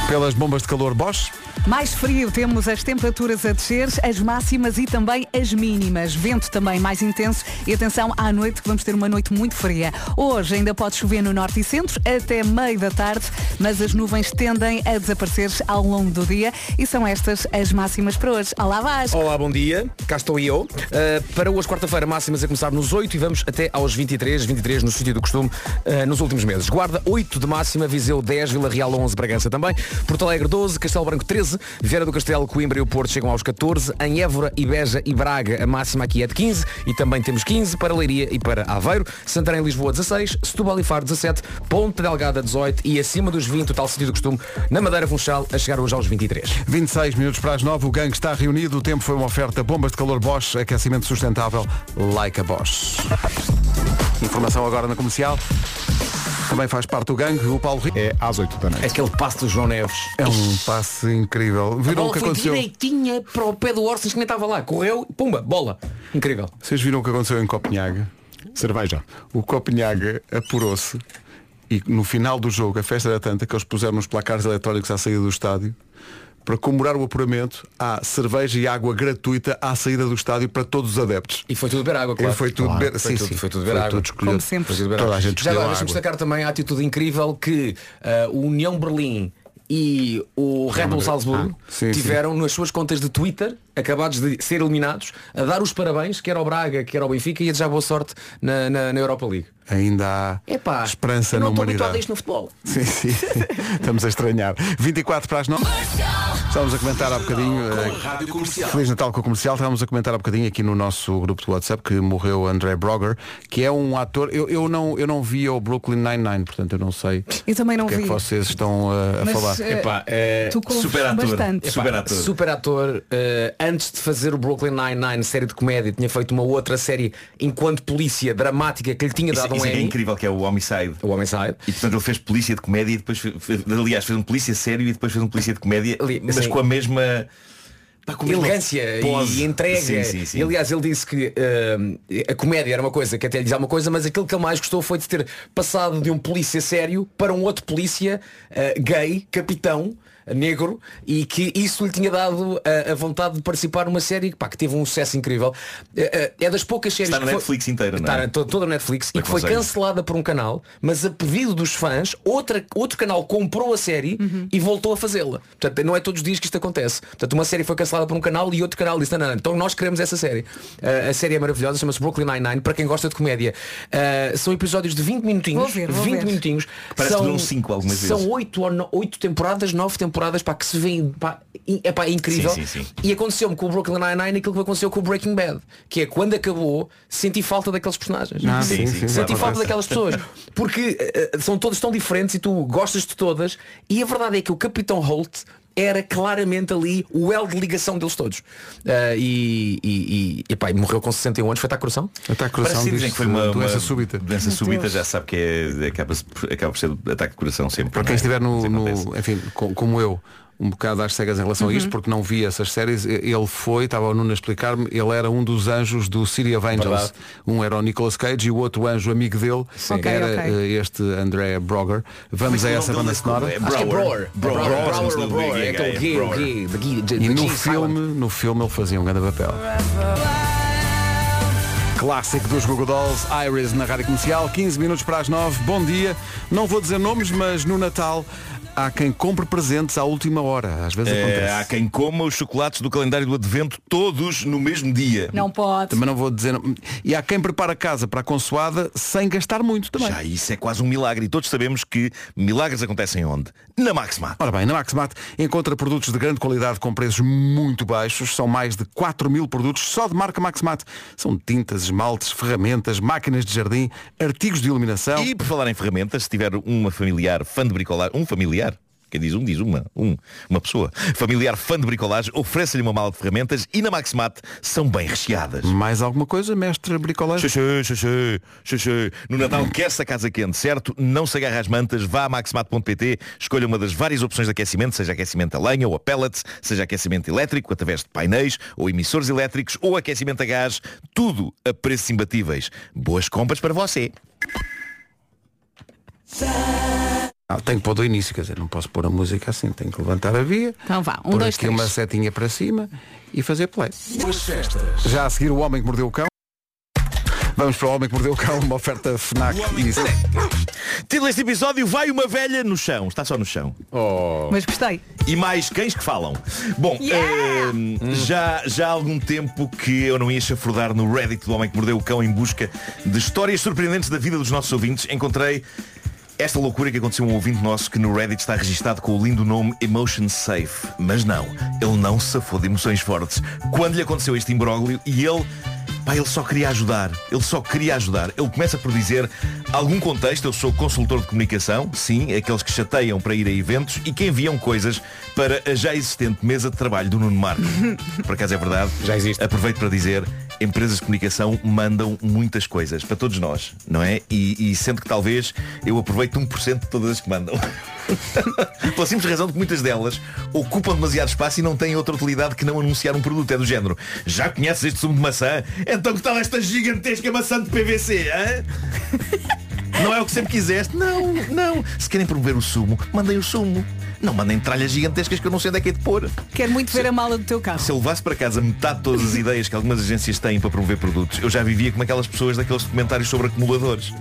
pelas bombas de calor Bosch.
Mais frio, temos as temperaturas a descer, as máximas e também as mínimas. Vento também mais intenso e atenção à noite que vamos ter uma noite muito fria. Hoje ainda pode chover no norte e centro até meio da tarde, mas as nuvens tendem a desaparecer ao longo do dia e são estas as máximas para hoje. Olá, Vasco!
Olá, bom dia. Cá estou eu. Uh, para hoje, quarta-feira, máximas a começar nos 8 e vamos até aos 23, 23 no sítio do costume uh, nos últimos meses. Guarda 8 de máxima, Viseu 10, Vila Real 11, Bragança também, Porto Alegre 12, Castelo Branco 13, Vieira do Castelo, Coimbra e o Porto chegam aos 14, em Évora, Ibeja e Braga a máxima aqui é de 15 e também temos 15 para Leiria e para Aveiro, Santarém e Lisboa 16, Setúbal e Faro 17, Ponte Delgada 18 e acima dos 20 o tal sítio do costume na Madeira Funchal a chegar hoje aos 23.
26 minutos para as 9, o gangue está reunido. O tempo foi uma oferta bombas de calor Bosch, aquecimento sustentável, like a Bosch. Informação agora na comercial. Também faz parte do gangue, o Paulo Rico. É às 8 da noite.
Aquele passe do João Neves.
É um passe incrível.
Tá
Viram o que aconteceu?
direitinha para o pé do Orsens que nem estava lá. Correu, pumba, bola. Incrível.
Vocês viram o que aconteceu em Copenhaga? Cerveja. O Copenhaga apurou-se e no final do jogo, a festa era tanta que eles puseram uns placares eletrónicos à saída do estádio. Para comemorar o apuramento, há cerveja e água gratuita à saída do estádio para todos os adeptos.
E foi tudo beber água,
E
claro.
foi tudo
Claro,
beber
foi
sim,
tudo-
sim,
foi tudo beber água.
escolhido.
Como sempre.
Foi tudo beber Toda a gente escolheu
Já agora
água.
deixa-me destacar também a atitude incrível que ah, o União Berlim e o Red Bull
Madrid.
Salzburgo
Ah, sim,
tiveram nas suas contas de Twitter, acabados de ser eliminados, a dar os parabéns, quer ao Braga, quer ao Benfica e a desejar boa sorte na, na, na Europa League.
Ainda há
Epá,
esperança
eu não
na
estou habituado
humanidade.
a isto no futebol.
Sim, sim. Estamos a estranhar. 24 para as 9. Estávamos a comentar há bocadinho. eh,
Rádio Comercial.
Feliz Natal com o comercial. Estávamos a comentar há bocadinho aqui no nosso grupo do WhatsApp que morreu André Broger, que é um ator. Eu, eu, não, eu não vi o Brooklyn Nine-Nine, portanto eu não sei
Eu também não
o que é que
vi.
vocês estão eh, a
Mas,
falar.
eh, Epá, eh, tu couves super ator. bastante.
Super
Ah,
ator. Super ator. eh, antes de fazer o Brooklyn Nine-Nine, série de comédia, tinha feito uma outra série enquanto polícia dramática que lhe tinha
Isso, isso
dado um
é que é
Emmy.
incrível que é o Homicide.
O Homicide.
E portanto ele fez polícia de comédia e depois fez, fez- aliás fez um polícia sério e depois fez um polícia de comédia, mas
sim.
com a mesma pá, com a mesma
elegância
pose.
e entrega.
Sim, sim, sim.
E, aliás, ele disse que hum, a comédia era uma coisa que até lhe dizia uma coisa, mas aquilo que ele mais gostou foi de ter passado de um polícia sério para um outro polícia uh, gay, capitão negro e que isso lhe tinha dado uh, a vontade de participar numa série pá, que teve um sucesso incrível Uh, uh, é das poucas séries
Está na
que foi-
Netflix inteira, não é?
Está na- Tá, to- toda a Netflix e que foi
Aconselho.
cancelada por um canal, mas a pedido dos fãs, outra, outro canal comprou a série e voltou a fazê-la. Portanto, não é todos os dias que isto acontece. Portanto, uma série foi cancelada por um canal e outro canal disse, não, não, não, então nós queremos essa série. Ah, a série é maravilhosa, chama-se Brooklyn Nine-Nine, para quem gosta de comédia. Ah, são episódios de 20 minutinhos.
Vou ver, vou
20
ver.
minutinhos.
Parece que
São-
duram cinco algumas
são
vezes.
8, ou no- oito temporadas, 9 temporadas, pá, que se vêem, pá, in- é pá, é incrível.
Sim, sim, sim.
E aconteceu-me com o Brooklyn Nine-Nine aquilo que aconteceu com o Breaking Bad, que é quando acabou, senti falta daqueles personagens.
Ah, sim, sim,
senti
sim,
falta
acontece.
daquelas pessoas. Porque eh, eh, são todas tão diferentes e tu gostas de todas. E a verdade é que o Capitão Holt era claramente ali o elo de ligação deles todos. Ah, e, e, e, epá, e morreu com 61 anos, foi estar coração?
Ataque de
Parece
coração
que dizem
diz
que foi uma,
doença
uma
súbita.
Doença
Meu
súbita
Deus.
já se sabe que é, acaba, acaba por ser ataque de coração sempre.
Para
não
quem
é?
estiver no, no- enfim, co- como eu, um bocado às cegas em relação a isto, porque não vi essas séries, e- ele foi, estava o Nuno a explicar-me, ele era um dos anjos do City of Angels.
Verdade.
Um era o Nicolas Cage e o outro anjo amigo dele
Sim. Ok,
era
ok.
eh, este André Broger. Vamos
Mas
a
o
essa
nome
banda
dele é
sonora.
como? É Acho que é Brower. Brower, Brower, Brower, Brower, Brower, Brower, é aquele gay, Brower. gay, the gay, the
E no
gay
filme, no filme ele fazia um grande papel. Clássico dos Google Dolls, Iris na rádio comercial, 15 minutos para as 9. Bom dia. Não vou dizer nomes, mas no Natal há quem compre presentes à última hora. Às vezes
É,
acontece.
há quem coma os chocolates do calendário do Advento todos no mesmo dia.
Não pode.
Também não vou dizer. E há quem prepara a casa para a consoada sem gastar muito também.
Já isso é quase um milagre e todos sabemos que milagres acontecem onde? Na Maxmat.
Ora bem, na Maxmat encontra produtos de grande qualidade com preços muito baixos. São mais de 4 mil produtos só de marca Maxmat. São tintas, esmaltes, ferramentas, máquinas de jardim, artigos de iluminação.
E por falar em ferramentas, se tiver uma familiar fã de bricolar, um familiar, Quem diz um, diz uma. Um. Uma pessoa. Familiar fã de bricolagem, ofereça-lhe uma mala de ferramentas e na Maxmat são bem recheadas.
Mais alguma coisa, mestre bricolagem?
Xuxu, xuxu, xuxu. No Natal quer-se a casa quente, certo? Não se agarra às mantas, vá a maxmat.pt, escolha uma das várias opções de aquecimento, seja aquecimento a lenha ou a pellets, seja aquecimento elétrico através de painéis ou emissores elétricos ou aquecimento a gás, tudo a preços imbatíveis. Boas compras para você.
Ah, tenho que pôr do início, quer dizer, não posso pôr a música assim, tenho que levantar a via,
Então vá, um,
pôr
dois,
aqui
três.
uma setinha para cima e fazer play.
Boas festas.
Já a seguir o Homem que Mordeu o Cão. Vamos para o Homem que Mordeu o Cão, uma oferta FNAC e
Título deste episódio Vai uma velha no chão. Está só no chão.
Mas gostei.
E mais cães que falam. Bom, ehm, já, já há algum tempo que eu não ia chafurdar no Reddit do Homem que Mordeu o Cão em busca de histórias surpreendentes da vida dos nossos ouvintes. Encontrei esta loucura que aconteceu a um ouvinte nosso que no Reddit está registado com o lindo nome Emotion Safe. Mas não, ele não safou de emoções fortes. Quando lhe aconteceu este imbróglio e ele Pá, ele só queria ajudar. Ele só queria ajudar. Ele começa por dizer algum contexto. Eu sou consultor de comunicação, sim, aqueles que chateiam para ir a eventos e que enviam coisas para a já existente mesa de trabalho do Nuno Marco. Por acaso é verdade? Já existe. Aproveito para dizer, empresas de comunicação mandam muitas coisas para todos nós, não é? E, e sendo que talvez eu aproveito 1% de todas as que mandam. Pela simples razão de que muitas delas ocupam demasiado espaço e não têm outra utilidade que não anunciar um produto. É do género. Já conheces este sumo de maçã? Então que tal esta gigantesca maçã de PVC? hã? Não é o que sempre quiseste? Não, não. Se querem promover o sumo, mandem o sumo. Não mandem tralhas gigantescas que eu não sei onde é que é de pôr.
Quero muito ver a mala do teu carro.
Ah, Se eu levasse para casa metade de todas as ideias que algumas agências têm para promover produtos, eu já vivia como aquelas pessoas daqueles documentários sobre acumuladores.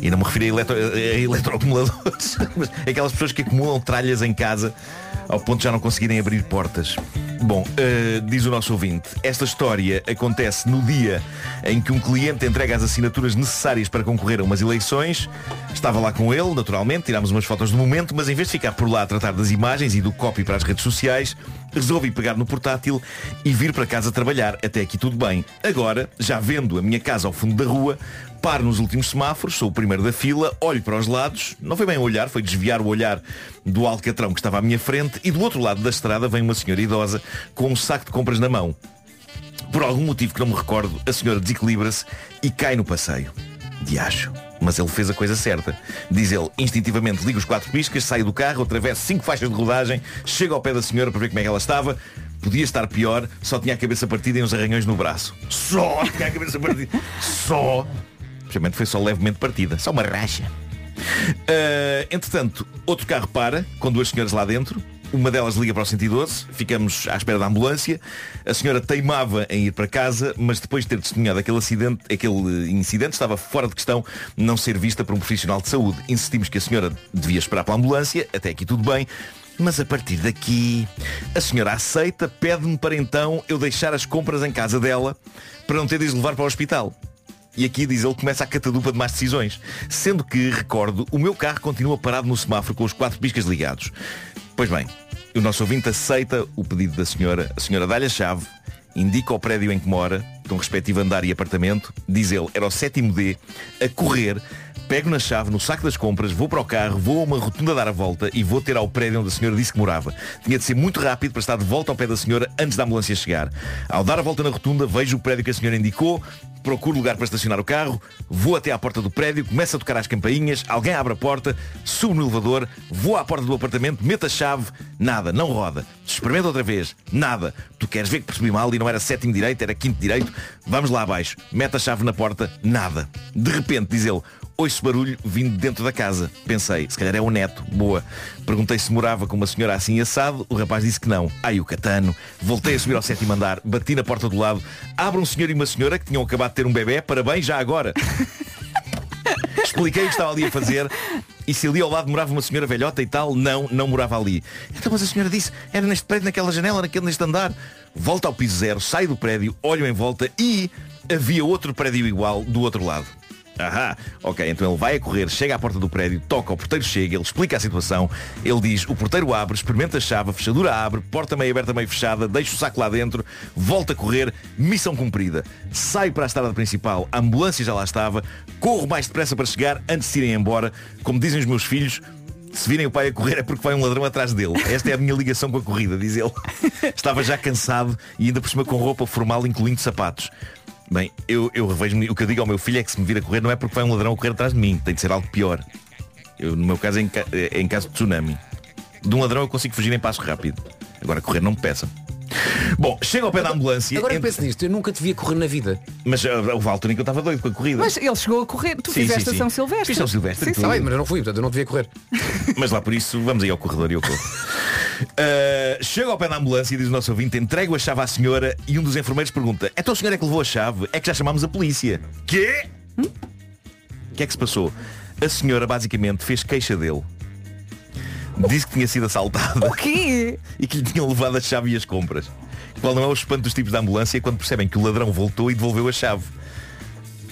E não me referi a, eletro, a eletroacumuladores, mas aquelas pessoas que acumulam tralhas em casa ao ponto de já não conseguirem abrir portas. Bom, eh, diz o nosso ouvinte, esta história acontece no dia em que um cliente entrega as assinaturas necessárias para concorrer a umas eleições. Estava lá com ele, naturalmente, tirámos umas fotos do momento, mas em vez de ficar por lá a tratar das imagens e do copy para as redes sociais, resolvi pegar no portátil e vir para casa trabalhar. Até aqui tudo bem. Agora, já vendo a minha casa ao fundo da rua, paro nos últimos semáforos, sou o primeiro da fila, olho para os lados, não foi bem olhar, foi desviar o olhar do alcatrão que estava à minha frente e do outro lado da estrada vem uma senhora idosa com um saco de compras na mão. Por algum motivo que não me recordo, a senhora desequilibra-se e cai no passeio. Diacho. Mas ele fez a coisa certa. Diz ele, instintivamente liga os quatro piscas, saio do carro, atravesso cinco faixas de rodagem, chego ao pé da senhora para ver como é que ela estava. Podia estar pior, só tinha a cabeça partida e uns arranhões no braço. Só tinha a cabeça partida. Só. Precisamente foi só levemente partida. Só uma racha. Uh, entretanto, outro carro para, com duas senhoras lá dentro. Uma delas liga para o 112, ficamos à espera da ambulância. A senhora teimava em ir para casa, mas depois de ter testemunhado aquele acidente, aquele eh, incidente, estava fora de questão não ser vista por um profissional de saúde. Insistimos que a senhora devia esperar pela ambulância, até aqui tudo bem. Mas a partir daqui, a senhora aceita, pede-me para então eu deixar as compras em casa dela, para não ter de as levar para o hospital. E aqui, diz ele, começa a catadupa de más decisões. Sendo que, recordo, o meu carro continua parado no semáforo com os quatro piscas ligados. Pois bem, o nosso ouvinte aceita o pedido da senhora. A senhora dá-lhe a chave, indica o prédio em que mora, com o respectivo andar e apartamento. Diz ele, era o sétimo D, a correr, pego na chave, no saco das compras, vou para o carro, vou a uma rotunda dar a volta e vou ter ao prédio onde a senhora disse que morava. Tinha de ser muito rápido para estar de volta ao pé da senhora antes da ambulância chegar. Ao dar a volta na rotunda, vejo o prédio que a senhora indicou, procuro lugar para estacionar o carro, vou até à porta do prédio, começo a tocar as campainhas, alguém abre a porta, subo no elevador, vou à porta do apartamento, meto a chave, nada, não roda. Experimento outra vez, nada. Tu queres ver que percebi mal e não era sétimo direito, era quinto direito. Vamos lá abaixo, mete a chave na porta, nada. De repente, diz ele, ouço barulho vindo de dentro da casa. Pensei, se calhar é o neto, boa. Perguntei se morava com uma senhora assim assado, o rapaz disse que não. Ai, o catano. Voltei a subir ao sétimo andar, bati na porta do lado, abre um senhor e uma senhora que tinham acabado de ter um bebê, parabéns, já agora. Expliquei o que estava ali a fazer e se ali ao lado morava uma senhora velhota e tal, não, não morava ali. Então, mas a senhora disse, era neste prédio, naquela janela, naquele, neste andar. Volta ao piso zero, saio do prédio, olho em volta e havia outro prédio igual do outro lado. Ahá, ok, então ele vai a correr, chega à porta do prédio, toca, o porteiro chega, ele explica a situação, ele diz, o porteiro abre, experimenta a chave, a fechadura abre, porta meio aberta, meio fechada, deixa o saco lá dentro, volta a correr, missão cumprida. Saio para a estrada principal, a ambulância já lá estava, corro mais depressa para chegar antes de se irem embora, como dizem os meus filhos, Se virem o pai a correr é porque vai um ladrão atrás dele. Esta é a minha ligação com a corrida, diz ele. Estava já cansado e ainda por cima com roupa formal, incluindo sapatos. Bem, eu, eu revejo-me, o que eu digo ao meu filho é que se me vir a correr não é porque vai um ladrão a correr atrás de mim, tem de ser algo pior. Eu, no meu caso é em, ca- é em caso de tsunami. De um ladrão eu consigo fugir em passo rápido. Agora correr não me peça. Bom, chega ao pé da ambulância.
Agora que penso nisto, eu nunca te via correr na vida.
Mas ah, houve a altura em que eu estava doido com a corrida.
Mas ele chegou a correr. Tu
Sim,
fizeste
sim,
a
sim.
São Silvestre.
Fiz São Silvestre,
Sim,
tudo.
sim.
Está Tá bem, mas eu não fui, portanto eu não devia correr.
Mas lá por isso, vamos aí ao corredor e eu corro. Uh, chega ao pé da ambulância e diz o nosso ouvinte, entrego a chave à senhora e um dos enfermeiros pergunta, então a senhora é que levou a chave? É que já chamámos a polícia. Quê? O que é que se passou? A senhora basicamente fez queixa dele. Disse que tinha sido assaltada.
um
O
quê?
E que lhe tinham levado a chave e as compras. Qual não é o espanto dos tipos da ambulância quando percebem que o ladrão voltou e devolveu a chave.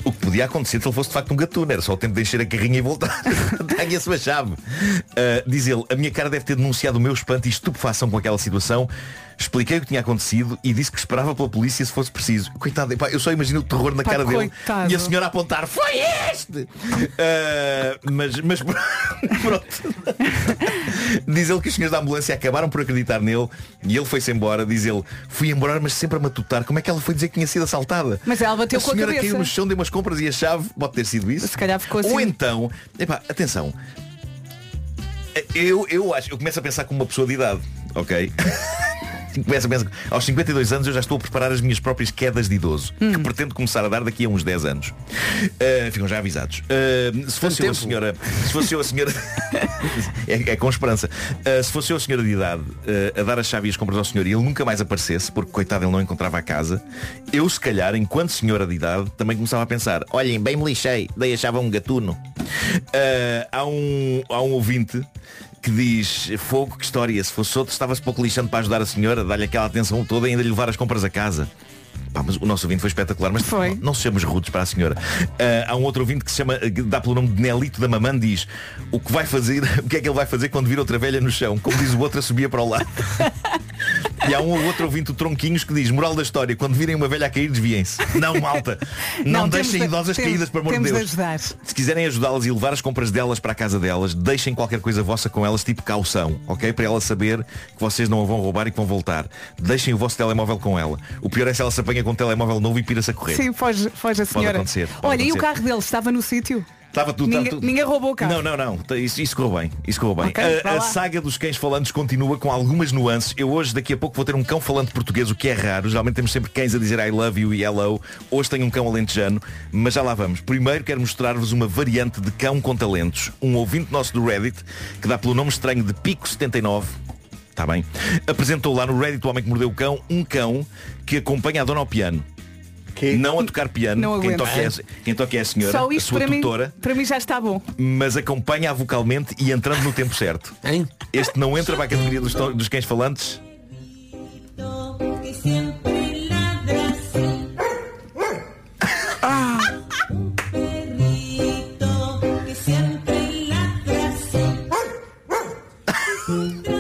O que podia acontecer se ele fosse de facto um gatuno, era só o tempo de encher a carrinha e voltar. Tenha a sua chave. Ah, diz ele, a minha cara deve ter denunciado o meu espanto e estupefação com aquela situação. Expliquei o que tinha acontecido e disse que esperava pela polícia se fosse preciso. Coitado, epá, eu só imagino o terror na
Pá,
cara
coitado.
dele. E a senhora a apontar, foi este! Ah, mas, mas pronto. Diz ele que os senhores da ambulância acabaram por acreditar nele e ele foi-se embora. Diz ele, fui embora, mas sempre a matutar. Como é que ela foi dizer que tinha sido assaltada?
Mas ela bateu
a
com a
senhora
cabeça.
caiu no chão, deu umas compras e a chave pode ter sido isso.
Se calhar ficou
Ou
assim.
então, epá, atenção. Eu, eu acho, eu começo a pensar como uma pessoa de idade, ok? começo a pensar, aos 52 anos eu já estou a preparar as minhas próprias quedas de idoso, que pretendo começar a dar daqui a uns 10 anos. Ah, ficam já avisados. Ah, se fosse eu a
tempo.
senhora. Se fosse eu a senhora. é, é com esperança. Ah, se fosse eu a senhora de idade ah, a dar a chave e as compras ao senhor e ele nunca mais aparecesse, porque coitado ele não encontrava a casa, eu se calhar, enquanto senhora de idade, também começava a pensar, olhem, bem me lixei, dei a chave a um gatuno. Ah, há, um, há um ouvinte que diz, fogo, que história, se fosse outro, estava-se pouco lixando para ajudar a senhora, dar-lhe aquela atenção toda e ainda lhe levar as compras a casa. Pá, mas o nosso ouvinte foi espetacular, mas Não, não sejamos rudes para a senhora. Ah, há um outro ouvinte que se chama, que dá pelo nome de Nelito da Mamã, diz o que vai fazer, o que é que ele vai fazer quando vir outra velha no chão? Como diz o outro, a subia para o lado. E há um ou outro ouvinte, o Tronquinhos, que diz, moral da história, quando virem uma velha a cair, desviem-se. Não, malta. Não,
Não, temos
deixem
de-
idosas
temos-
caídas, por amor de
temos
Deus.
de ajudar.
Se quiserem ajudá-las e levar as compras delas para a casa delas, deixem qualquer coisa vossa com elas, tipo caução, ok? Para ela saber que vocês não a vão roubar e que vão voltar. Deixem o vosso telemóvel com ela. O pior é se ela se apanha com um telemóvel novo e pira-se a correr.
Sim, foge, foge a senhora.
acontecer, pode
Olha, e o
acontecer.
carro dele estava no sítio?
Estava tudo,
ninguém,
estava tudo-
ninguém roubou o carro.
Não, não, não. Tá, Isso, isso correu bem. Isso correu bem.
Ok,
a,
vá
a
lá.
saga dos cães falantes continua com algumas nuances. Eu hoje, daqui a pouco, vou ter um cão falante português, o que é raro. Geralmente temos sempre cães a dizer I love you e hello. Hoje tenho um cão alentejano, mas já lá vamos. Primeiro quero mostrar-vos uma variante de cão com talentos. Um ouvinte nosso do Reddit, que dá pelo nome estranho de Pico79. Está tá bem. Apresentou lá no Reddit o homem que mordeu o cão, um cão que acompanha a dona ao piano. Não a tocar piano,
Não
quem,
aguento.
toca é, quem toca é a senhora,
Só
a
isto
sua
para mim,
tutora
para mim já está bom.
mas acompanha-a vocalmente e entrando no tempo certo. Este não entra para a categoria dos, to- dos cães falantes?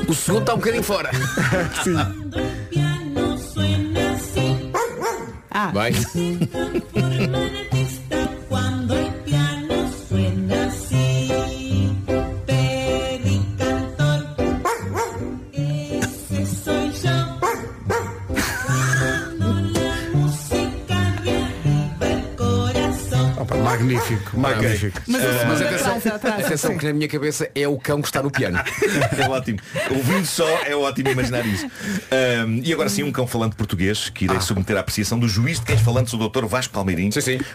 O segundo está um bocadinho fora.
Ah.
Vai.
Opa, magnífico, magnífico.
Mas,
Eh,
atenção, atenção que na minha cabeça é o cão que está no piano.
é ótimo. Ouvindo só, é ótimo imaginar isso. Ahm, e agora sim, um cão falante português que irei submeter à apreciação do juiz de cães falantes, o Dr. Vasco Palmeirim.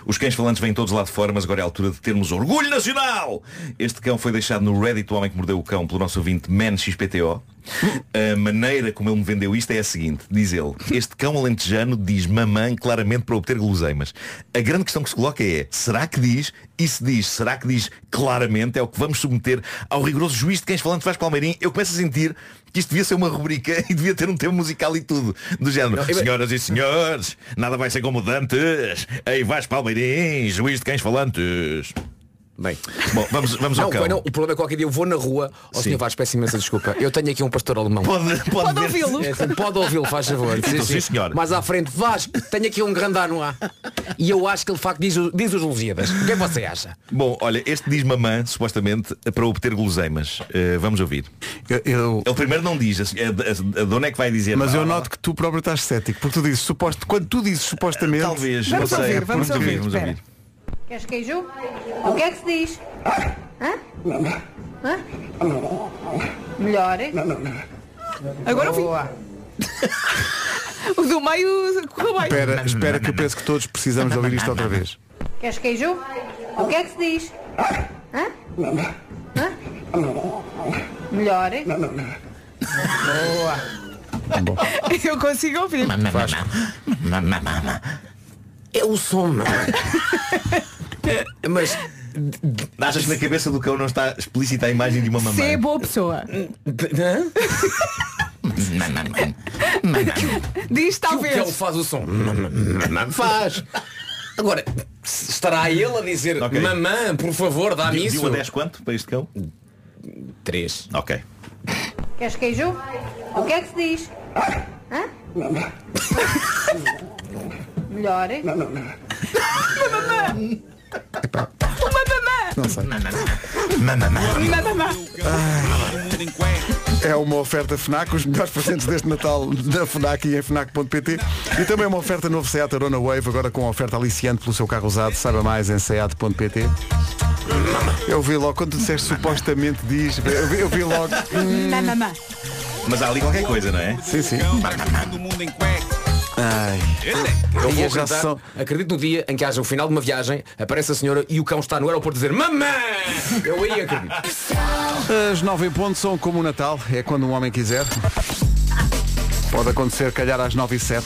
Os cães falantes vêm todos lá de fora, mas agora é a altura de termos orgulho nacional. Este cão foi deixado no Reddit, o homem que mordeu o cão, pelo nosso ouvinte Man XPTO. A maneira como ele me vendeu isto é a seguinte, diz ele, este cão alentejano diz mamãe claramente para obter guloseimas. A grande questão que se coloca é, será que diz? E se diz, será que diz claramente? É o que vamos submeter ao rigoroso juiz de cães falantes Vasco Palmeirim. Eu começo a sentir que isto devia ser uma rubrica e devia ter um tema musical e tudo. Do género,
Não, eu-
senhoras e senhores, nada vai ser como dantes. Ei Vasco Palmeirim, juiz de cães falantes.
Bem.
Bom, vamos, vamos
não,
ao cão.
não, o problema é que qualquer dia eu vou na rua. Ó
Sim.
senhor Vasco, peço imensa desculpa. Eu tenho aqui um pastor alemão.
Pode- pode Pode ver- ouvi-lo.
É assim, pode ouvi-lo, faz favor.
Então, sim, senhor.
Mas à frente, Vasco, tenho aqui um grande ano A. E eu acho que ele de facto diz, o- diz os Lusíadas. O que é que você acha?
Bom, olha, este diz mamã, supostamente, para obter guloseimas. Eh, vamos ouvir. Ele primeiro não diz, a, a, a, a dona é que vai dizer.
Mas eu
"Ah,
noto que tu próprio estás cético, porque tu dizes suposto, quando tu dizes supostamente.
Eh, Talvez, não Vamos sei, ouvir, vamos vamos ouvir, ouvir, vamos espera.
Queres queijo? O que é que se diz? Hã? Hã? Melhor?
Agora ouvi. o do meio correu bem.
Espera, espera que eu penso que todos precisamos de ouvir isto outra vez.
Queres queijo? O que é que se diz? Hã? Hã? Melhor?
Eu consigo ouvir.
Vasco. É o som. Mas
Achas que na cabeça do cão não está explícita a imagem de uma mamã?
Você é boa pessoa.
é
Diz
Que o
talvez.
cão faz o som. faz. Agora, se estará ele a dizer mamã, por favor, dá-me
De- de
isso.
um a dez quanto para este cão?
3.
Ok.
Queres queijo? O que é que se diz? Hã? Melhor?
Não sei.
Mamamá.
É uma oferta FNAC, os melhores presentes deste Natal da FNAC e em FNAC.pt e também uma oferta novo Seat Arona Wave, agora com a oferta aliciante pelo seu carro usado, saiba mais em Seat.pt Eu vi logo, quando tu disseste supostamente diz, eu vi, eu vi logo.
Mamamá.
Mas há ali qualquer coisa, não é?
Sim, sim. Ai.
Eu
vou
vou
já
jantar,
só-
Acredito no dia em que haja o final de uma viagem, aparece a senhora e o cão está no aeroporto a dizer mamã! Eu aí acredito.
As nove em ponto são como o Natal, é quando um homem quiser. Pode acontecer, calhar às nove e sete.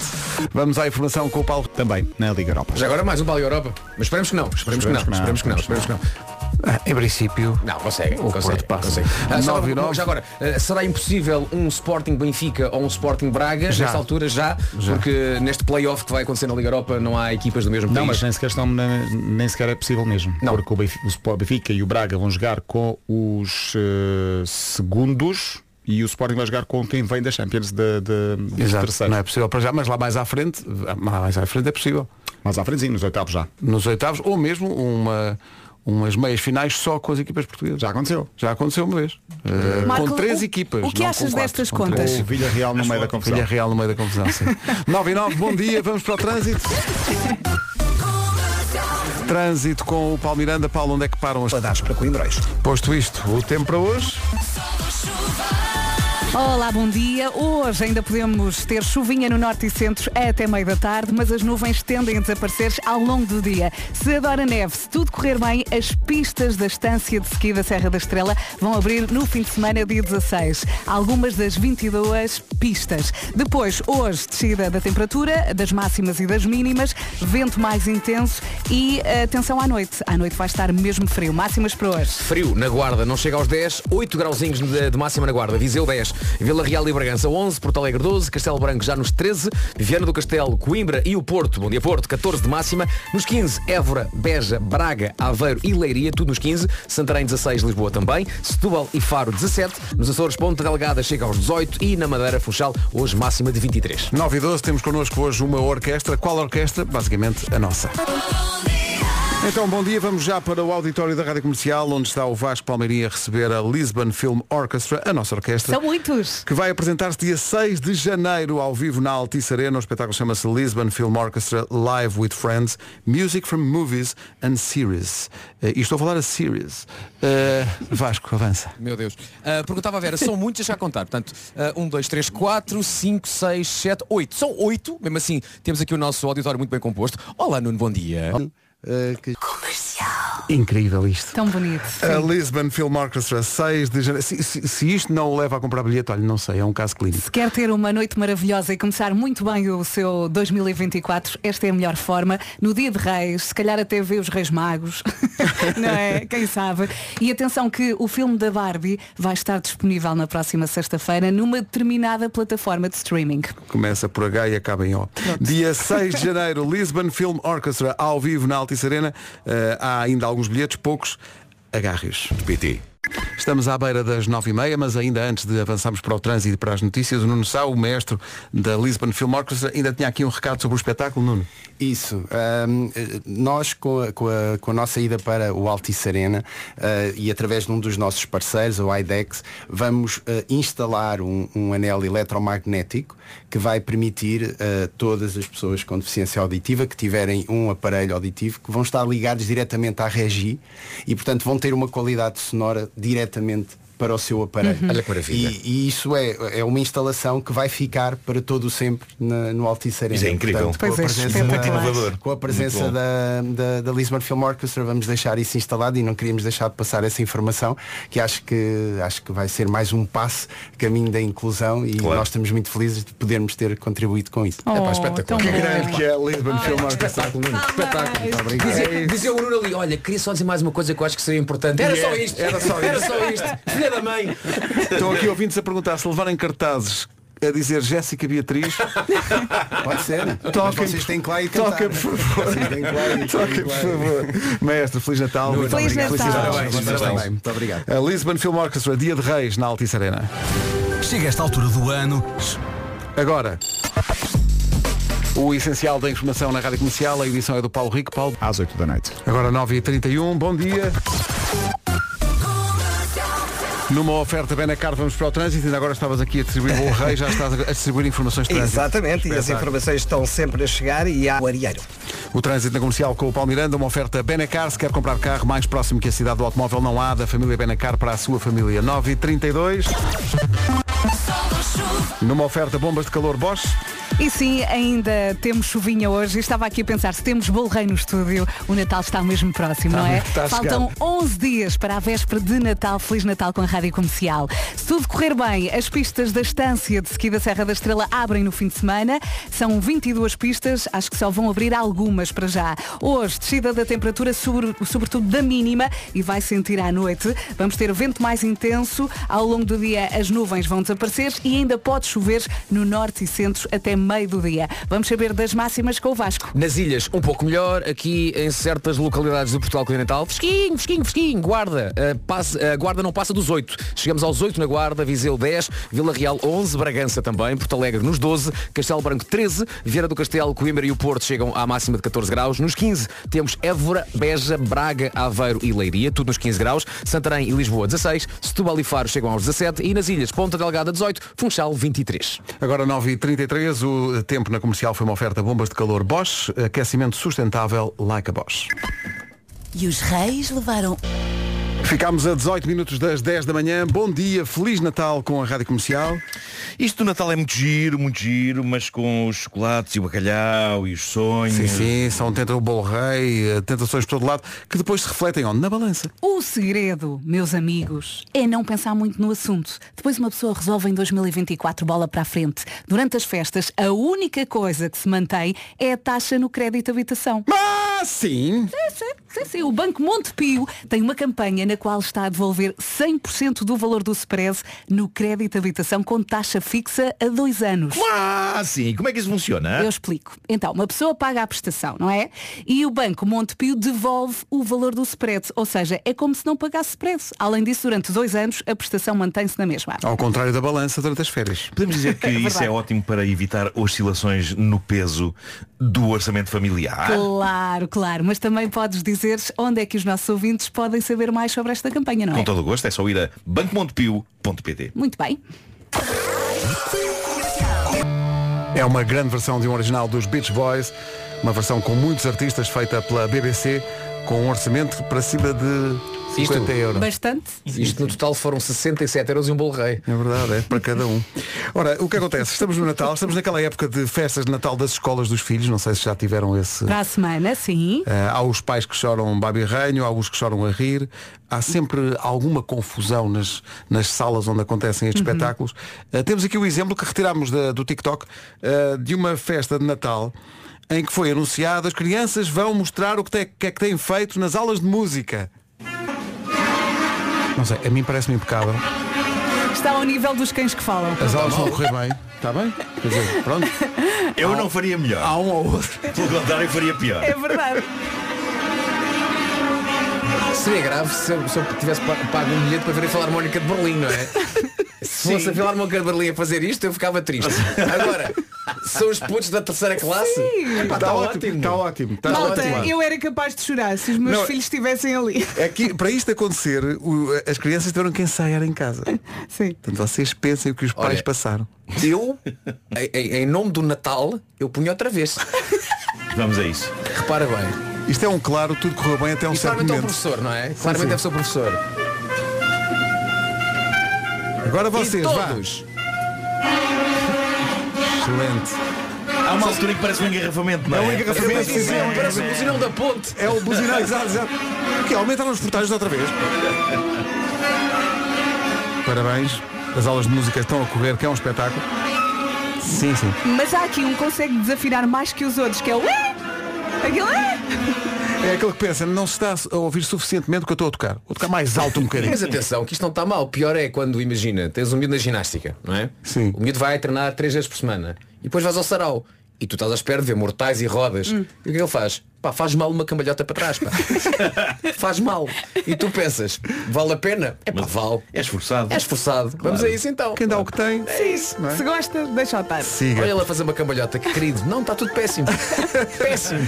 Vamos à informação com o Paulo também, na Liga Europa.
Já agora mais um Paulo Europa. Mas esperemos que não. Esperemos que não. Esperemos que não. Esperemos que não.
Ah, Em princípio.
Não, consegue.
O
consegue,
Porto passa.
consegue. Ah, só
Nove e
uma-
nove.
já agora, ah, será impossível um Sporting Benfica ou um Sporting Braga
Já.
nesta altura já,
Já.
porque neste play-off que vai acontecer na Liga Europa não há equipas do mesmo
Não,
país.
mas nem sequer, estão, nem, nem sequer é possível mesmo. Porque o Benfica, o Sport- Benfica e o Braga vão jogar com os eh, segundos e o Sporting vai jogar com quem vem da Champions de, de, dos
Exato.
terceiros.
Não é possível para já, mas lá mais à frente, lá mais à frente é possível.
Mais à frente sim, nos oitavos já.
Nos oitavos, ou mesmo uma, umas meias finais só com as equipas portuguesas. Já
aconteceu.
Já aconteceu uma vez. Eh,
Marco,
com três
o-
equipas.
o que
não com
achas
quatro,
destas
com três.
contas?
O Villarreal no meio da confusão.
Villarreal no meio da confusão, sim. 9 e 9, bom dia, vamos para o trânsito. Trânsito com o Paulo Miranda. Paulo, onde é que param as...
Ladares para Coimbrões.
Posto isto, o tempo para hoje...
Olá, bom dia. Hoje ainda podemos ter chuvinha no norte e centro até meio da tarde, mas as nuvens tendem a desaparecer ao longo do dia. Se adora neve, se tudo correr bem, as pistas da estância de ski da Serra da Estrela vão abrir no fim de semana, dia 16. Algumas das 22 pistas. Depois, hoje, descida da temperatura, das máximas e das mínimas, vento mais intenso e eh, atenção à noite. À noite vai estar mesmo frio. Máximas para hoje.
Frio na Guarda não chega aos 10, 8 grauzinhos de, de máxima na Guarda, Viseu 10, Vila Real e Bragança 11, Porto Alegre 12, Castelo Branco já nos 13, Viana do Castelo, Coimbra e o Porto, Bom Dia Porto, 14 de máxima, nos 15, Évora, Beja, Braga, Aveiro e Leiria, tudo nos 15, Santarém 16, Lisboa também, Setúbal e Faro 17, nos Açores Ponta Delgada chega aos 18 e na Madeira Funchal hoje máxima de 23.
9 e 12, temos connosco hoje uma orquestra. Qual orquestra? Basicamente a nossa. Então, bom dia. Vamos já para o auditório da Rádio Comercial, onde está o Vasco Palmeirinha a receber a Lisbon Film Orchestra, a nossa orquestra.
São muitos.
Que vai apresentar-se dia 6 de janeiro ao vivo na Altice Arena. O espetáculo chama-se Lisbon Film Orchestra Live with Friends, Music from Movies and Series. Eh, e estou a falar a series. Eh, Vasco, avança.
Meu Deus. Ah, perguntava a Vera, são muitos, deixa eu contar. Portanto, ah, 1, 2, 3, 4, 5, 6, 7, 8. São 8, mesmo assim, temos aqui o nosso auditório muito bem composto. Olá, Nuno, bom dia.
Incrível isto.
Tão bonito.
A Lisbon Film Orchestra, 6 de janeiro. Se, se- se isto não o leva a comprar bilhete, olha, não sei, é um caso clínico.
Quer ter uma noite maravilhosa e começar muito bem o seu 2024, esta é a melhor forma. No dia de reis, se calhar até ver os reis magos, não é? Quem sabe? E atenção que o filme da Barbie vai estar disponível na próxima sexta-feira numa determinada plataforma de streaming.
Começa por H e acaba em O. Dia 6 de janeiro, Lisbon Film Orchestra, ao vivo na Altice Arena. Eh, há ainda alguns bilhetes, poucos. agarre-os. PT. Estamos à beira das nove e meia, mas ainda antes de avançarmos para o trânsito e para as notícias, o Nuno Sá, o mestre da Lisbon Film Orchestra, ainda tinha aqui um recado sobre o espetáculo, Nuno.
Isso. Ahm, eh, nós, com a, com a- com a nossa ida para o Altice Arena eh, e através de um dos nossos parceiros, o IDEX, vamos eh, instalar um, um anel eletromagnético que vai permitir a todas as pessoas com deficiência auditiva que tiverem um aparelho auditivo que vão estar ligados diretamente à regi e, portanto, vão ter uma qualidade sonora diretamente para o seu aparelho.
Uhum. Olha que maravilha.
E, e isso é, é uma instalação que vai ficar para todo o sempre na- no Altice Arena.
Isso é incrível.
Portanto, com a
Pois é,
presença
muito
da-
inovador.
Com a presença
Muito bom.
da, da, da Lisbon Film Orchestra, vamos deixar isso instalado e não queríamos deixar de passar essa informação, que acho que, acho que vai ser mais um passo caminho da inclusão e nós estamos muito felizes de podermos ter contribuído com isso.
Oh, tão Que bom. grande que é a Lisbon
Filmar
Film Orchestra.
Espetáculo,
Espetáculo.
Muito obrigado.
Dizia, dizia o Nuno ali, olha, queria só dizer mais uma coisa que eu acho que seria importante. Era só isto.
Era só isto.
Era só isto. Filha da mãe.
Estão aqui ouvintes a perguntar se levarem cartazes a dizer Jéssica Beatriz.
Pode ser. né?
Toca,
Mas vocês têm que lá e cantar. né?
toca, por favor.
Vocês têm que lá e-
Toca, por favor. Maestro, Feliz Natal.
Nuno,
Muito
Feliz
obrigado.
Natal.
Felicidades.
Parabéns,
Vocês
parabéns.
também.
Muito obrigado.
A Lisbon Film Orchestra, Dia de Reis, na Altice Arena.
Chega esta altura do ano.
Agora, o essencial da informação na Rádio Comercial, a edição é do Paulo Rico. Paulo.
Às 8 da noite.
Agora 9h31, bom dia. Numa oferta Benacar, vamos para o trânsito. Ainda agora estavas aqui a distribuir o rei, já estás a distribuir informações de trânsito.
Exatamente, e as
Espetáculo.
informações estão sempre a chegar e há o areeiro.
O trânsito na comercial com o Paulo Miranda, uma oferta Benacar. Se quer comprar carro mais próximo que a cidade do automóvel, não há da família Benacar para a sua família. 9 e 32 Numa oferta bombas de calor Bosch.
E sim, ainda temos chuvinha hoje. Eu Estava aqui a pensar, se temos bolo rei no estúdio, o Natal está mesmo próximo,
Está-
não é?
está a chegar.
Faltam 11 dias para a véspera de Natal. Feliz Natal com a Rádio Comercial. Se tudo correr bem, as pistas da Estância de Ski da Serra da Estrela abrem no fim de semana. São 22 pistas, acho que só vão abrir algumas para já. Hoje, descida da temperatura, sobre- sobretudo da mínima, e vai sentir à noite. Vamos ter vento mais intenso. Ao longo do dia, as nuvens vão desaparecer e ainda pode chover no norte e centro até meio do dia. Vamos saber das máximas com o Vasco.
Nas ilhas, um pouco melhor. Aqui, em certas localidades do Portugal Continental, fresquinho, fresquinho, fresquinho. Guarda, eh, passa- eh, guarda não passa dos 8. Chegamos aos 8 na Guarda, Viseu 10, Vila Real 11, Bragança também, Porto Alegre nos 12, Castelo Branco 13, Vieira do Castelo, Coimbra e o Porto chegam à máxima de 14 graus. Nos 15 temos Évora, Beja, Braga, Aveiro e Leiria, tudo nos 15 graus. Santarém e Lisboa 16, Setúbal e Faro chegam aos 17 e nas ilhas Ponta Delgada 18, Funchal 23.
Agora 9h33, o tempo na comercial foi uma oferta bombas de calor Bosch, aquecimento sustentável like a Bosch.
E os reis levaram.
Ficámos a 18 minutos das 10 da manhã. Bom dia, Feliz Natal com a Rádio Comercial.
Isto do Natal é muito giro, muito giro, mas com os chocolates e o bacalhau e os sonhos.
Sim, sim, são tenta o bolo rei, eh, tentações por todo lado, que depois se refletem onde? Na balança.
O segredo, meus amigos, é não pensar muito no assunto. Depois uma pessoa resolve em 2024 bola para a frente. Durante as festas, a única coisa que se mantém é a taxa no crédito habitação.
Mas sim!
Sim, sim, sim, sim. O Banco Montepio tem uma campanha na qual está a devolver 100% do valor do Spread no crédito habitação com taxa fixa a dois anos.
Ah, sim. Como é que isso funciona?
Eu explico. Então, uma pessoa paga a prestação, não é? E o Banco Montepio devolve o valor do spread, ou seja, é como se não pagasse spread. Além disso, durante dois anos, a prestação mantém-se na mesma.
Ao contrário da balança durante as férias.
Podemos dizer que isso é ótimo para evitar oscilações no peso do orçamento familiar.
Claro, claro, mas também podes dizer onde é que os nossos ouvintes podem saber mais sobre esta campanha, não
Com
é?
todo o gosto, é só ir a bancomontepio.pt.
Muito bem.
É uma grande versão de um original dos Beach Boys, uma versão com muitos artistas feita pela BBC, com um orçamento para cima de 50 euros.
Bastante.
Isto no total foram 67 euros e um bolo rei.
É verdade, é para cada um. Ora, o que acontece? Estamos no Natal, estamos naquela época de festas de Natal das escolas dos filhos, não sei se já tiveram esse.
Para a semana, sim.
Eh, há os pais que choram babirranho, há os que choram a rir. Há sempre alguma confusão nas, nas salas onde acontecem estes
Uhum.
espetáculos. Eh, temos aqui o exemplo que retirámos da- do TikTok eh, de uma festa de Natal em que foi anunciado as crianças vão mostrar o que, te- que é que têm feito nas aulas de música. Não sei, a mim parece-me impecável.
Está ao nível dos cães que falam.
As aulas vão correr bem, está Tá bem? Quer dizer, pronto.
Eu não faria melhor.
Há um ou outro.
Pelo contrário, eu faria pior.
É verdade.
Seria grave se eu, se eu tivesse pa- pago um bilhete para ver a Filarmónica de Berlim, não é? Se fosse a Filarmónica de Berlim a fazer isto, eu ficava triste. Agora, são os putos da terceira classe.
Sim.
Epá,
Tá
tá
ótimo,
ótimo.
tá ótimo, tá
Malta,
ótimo.
eu era capaz de chorar se os meus
Não.
filhos estivessem ali.
É que para isto acontecer, o- as crianças tiveram que ensaiar em casa.
Sim.
Portanto, vocês pensem o que os pais
Olha,
passaram.
Eu, em- em, em nome do Natal, eu punho outra vez.
Vamos a isso.
Repara bem.
Isto é um claro, tudo correu bem até um
E
certo
claramente é o
momento.
professor, não é? Claramente
sim.
deve ser o professor.
Agora vocês, vá.
todos.
Excelente.
Há uma altura em que parece um engarrafamento, não é?
É um engarrafamento, sim, sim, é um
Parece o buzinão da ponte.
É o buzinão, exato, exato. O quê? Aumentaram os portagens outra vez. Parabéns. As aulas de música estão a correr, que é um espetáculo. Sim, sim.
Mas há aqui um que consegue desafinar mais que os outros, que é o "Ué!" Aquele "Ué!"
É aquele que pensa, não se está a ouvir suficientemente o que eu estou a tocar. Vou tocar mais alto um bocadinho.
Mas atenção, que isto não está mal. O pior é quando, imagina, tens um miúdo na ginástica, não é? Sim. O miúdo vai treinar três vezes por semana. E depois vais ao sarau. E tu estás à espera de ver mortais e rodas.
Hum.
E o que é que ele faz? Pá, faz mal uma cambalhota para trás, pá. faz mal. E tu pensas, vale a pena? É pá, vale.
É esforçado.
É esforçado. Vamos a isso então.
Quem dá o que tem.
É isso.
Se gosta, deixa estar.
Olha ele a fazer uma cambalhota, que querido. Não, está tudo péssimo. péssimo.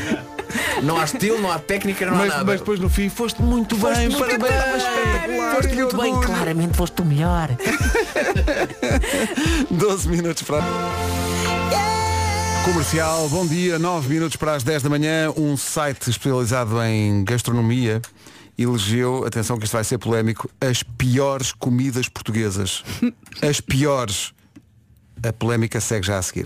Não há estilo, não há técnica, não há
Mas,
nada.
mas depois no fim foste muito bem,
muito
parabéns,
bem,
mas espetacular,
foste
que
muito bem,
orgulho.
claramente foste o melhor.
12 minutos para. Comercial, bom dia, 9 minutos para as 10 da manhã, um site especializado em gastronomia elegeu, atenção que isto vai ser polémico, as piores comidas portuguesas. As piores. A polémica segue já a seguir.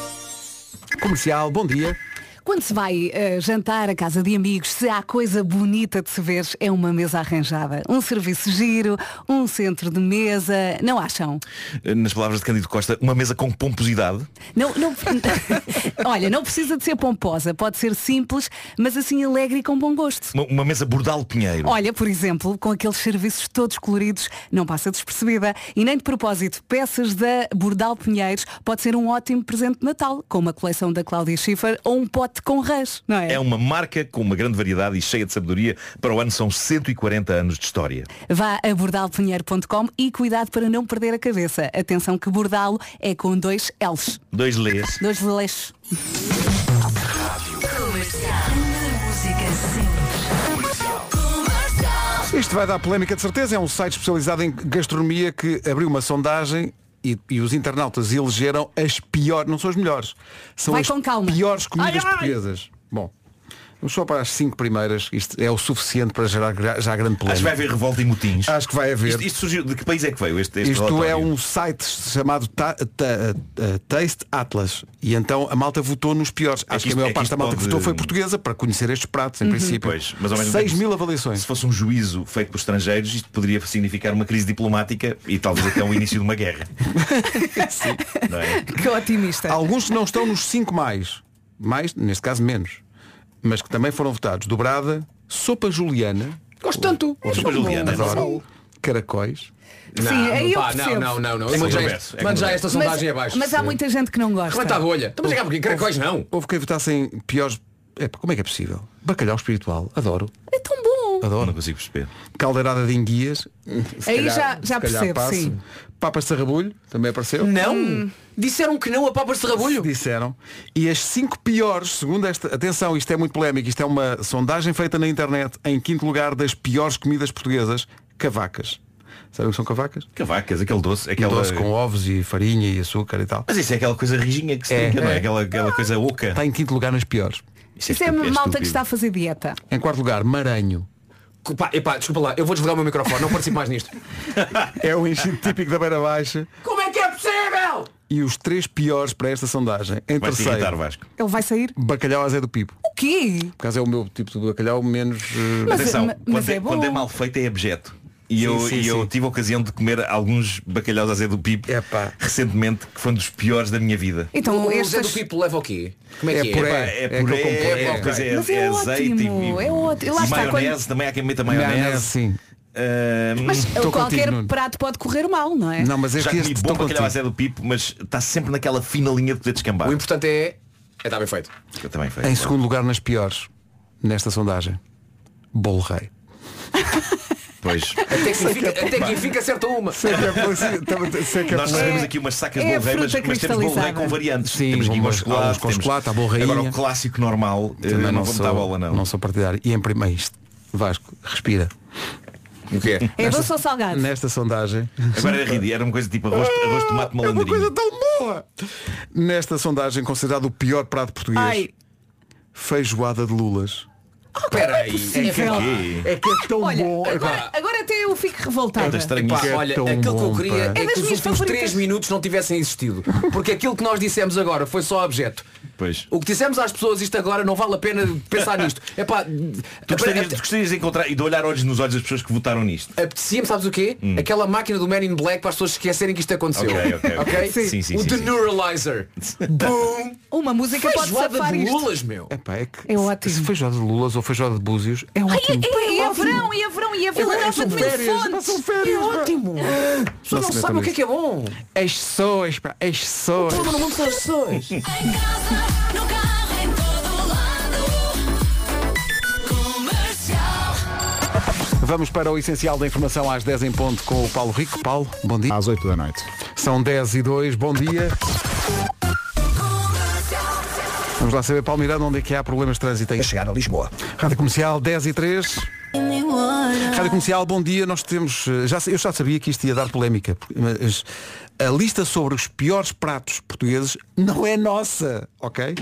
Comercial, bom dia.
Quando se vai eh, jantar a casa de amigos, se há coisa bonita de se ver, é uma mesa arranjada. Um serviço giro, um centro de mesa, não acham?
Nas palavras de Cândido Costa, uma mesa com pomposidade.
Não, não- Olha, não precisa de ser pomposa, pode ser simples, mas assim alegre e com bom gosto.
Uma, uma mesa bordal pinheiro.
Olha, por exemplo, com aqueles serviços todos coloridos, não passa despercebida. E nem de propósito, peças da Bordal Pinheiros pode ser um ótimo presente de Natal, como a coleção da Cláudia Schiffer ou um pote com rãs, não é?
É uma marca com uma grande variedade e cheia de sabedoria. Para o ano são 140 anos de história.
Vá a bordalpinheiro.com e cuidado para não perder a cabeça. Atenção que Bordalo é com dois L's.
Dois lês.
Dois L's.
Isto vai dar polémica de certeza. É um site especializado em gastronomia que abriu uma sondagem e, e os internautas elegeram as piores, não são as melhores, são
Vai
as
com calma.
piores comidas
Ai, ai.
portuguesas. Bom, vamos só para as cinco primeiras. Isto é o suficiente para gerar gra- já grande polémica.
Acho que vai haver revolta e motins.
Acho que vai haver.
Isto, isto surgiu, de que país é que veio este, este
Isto
relatório?
é um site chamado Ta- Ta- Ta- Taste Atlas E então a malta votou nos piores Acho que,
isto-
a maior
é que
parte
isto
da malta que
pode-
votou foi portuguesa Para conhecer estes
Uhum.
pratos em princípio
Pois, mas ao mesmo
6
tempo,
mil avaliações
Se fosse um juízo feito por estrangeiros, isto poderia significar uma crise diplomática e talvez até o início de uma guerra. Não é?
Que otimista.
Alguns que não estão nos cinco mais. Mais, neste caso, menos. Mas que também foram votados. Dobrada, sopa juliana.
Gosto tanto.
Sopa juliana. é
Adoro. Caracóis.
Sim, aí eu
pá,
percebo.
não, não, não,
Ah, É
não. Mande já,
controverso, é
mande já esta
controverso.
sondagem abaixo.
mas há muita gente que não gosta.
Levanta a bolha. Estamos a chegar porque caracóis
Houve-
não.
Houve quem votassem piores. Epá, como é que é possível? Bacalhau espiritual, adoro.
É tão bom.
Adoro.
Oh, Não consigo perceber.
Caldeirada de enguias.
Aí já- já percebo, sim.
Papas de sarrabulho, também apareceu.
Não.
Hum.
Disseram que não a papas de rabulho.
Disseram. E as cinco piores, segundo esta. Atenção, isto é muito polémico. Isto é uma sondagem feita na internet em quinto lugar das piores comidas portuguesas, cavacas. Sabem o que são cavacas?
Cavacas, aquele doce, aquela...
Doce com ovos e farinha e açúcar e tal.
Mas é- isso é aquela coisa rijinha que se
É,
brinca, não é?
é.
Aquela, aquela coisa oca.
Está em quinto lugar nas piores.
Isso é
estu-
uma malta
estúpido.
que está a fazer dieta.
Em quarto lugar, maranho.
Pá, epá, desculpa lá, eu vou desligar o meu microfone, não participo mais nisto.
É um enchido típico da beira baixa.
Como é que é possível?
E os três piores para esta sondagem. Em
Vai-te
terceiro,
irritar, Vasco.
Ele vai sair?
bacalhau a Zé do Pipo.
O quê?
Por causa é o meu tipo de bacalhau menos. eh,
Mas-
Atenção,
ma- mas
quando,
é
é,
bom.
quando é mal feito é abjeto. E
Sim,
eu,
sim,
e eu
sim.
tive a ocasião de comer alguns bacalhaus a Zé do Pipo
Epá.
recentemente, que foi um dos piores da minha vida.
Então,
o Zé do
estas...
Pipo leva o quê? Como é, que é?
puré.
Epá,
É
é
que eu
puré,
comprei.
é, qualquer coisa, é,
Mas é
é azeite e,
ótimo,
e,
é ótimo. Lá
e
está, quando-
maionese, também há quem meta maionese.
Maionese, sim.
Ah,
Mas
Hum,
eh,
Tô
qualquer
contigo, Nuno.
prato pode correr mal, não é?
Não, mas é
já
que
comi
este
bom
estou
bacalhau à
contigo.
Zé do Pipo, mas está sempre naquela fina linha de poder descambar.
O importante é. É estar bem feito.
Eu também feito.
Em segundo lugar nas piores, nesta sondagem, bolo rei.
Pois.
Até que, fica, até que fica certa uma.
Sei que é possível,
é
Nós recebemos aqui umas sacas de bolo rei, mas, mas temos bolo rei com variantes. temos aqui com chocolate,
ah, com
temos-
chocolate, há borrainha.
Agora o clássico normal, eh,
Também
não, vou botar bola não.
Não sou partidário. E em primeiro isto, Vasco, respira.
O que
É doce ou salgado?
Nesta sondagem.
Agora era ridículo, era uma coisa tipo arroz, arroz de tomate
É uma
malandrinho.
coisa tão boa! Nesta sondagem, considerado o pior prato português,
Ai.
feijoada de lulas.
Espera aí.
possível.
É que é tão
Olha,
bom.
agora, agora até eu fico revoltada.
Epá,
que é
olha,
tão
aquilo que eu
bom,
queria
pá.
é,
É das
que os
minhas
últimos
favoritas.
3 minutos não tivessem existido. Porque aquilo que nós dissemos agora foi só objeto.
Pois.
O que dissemos às pessoas isto agora não vale a pena pensar nisto. É pá,
Tu gostarias, tu gostarias de encontrar e de olhar olhos nos olhos das pessoas que votaram nisto.
apetecia-me, sabes o quê?
Hum.
Aquela máquina do Man in Black para as pessoas esquecerem que isto aconteceu.
Ok, ok, ok.
Ok?
Sim. Sim, sim,
o
sim,
The
sim.
Neuralizer. Boom!
Uma música pode
Feijoada
safar
de
isto.
lulas, meu.
Epá, é que
É ótimo.
se feijoada de lulas ou feijoada de búzios, é ótimo.
E é verão, e é verão, e é Vila
Agora
Nova
são
de Mil
férias,
Fontes.
são férias,
É
pá.
ótimo.
As pessoas não
se metam
sabem o que é que é bom.
As pessoas, pá, as pessoas.
Todo no mundo são as pessoas.
Vamos para o essencial da informação às 10 em ponto com o Paulo Rico. Paulo, bom dia. Às 8 da noite. São 10 e 2, bom dia. Vamos lá saber, Paulo Miranda, onde é que há problemas de trânsito
Assim.
aí? A chegar a Lisboa. Rádio Comercial, 10 e 3. Rádio Comercial, bom dia. Nós temos. eh, Já, eu já sabia que isto ia dar polémica, mas a lista sobre os piores pratos portugueses não é nossa, ok?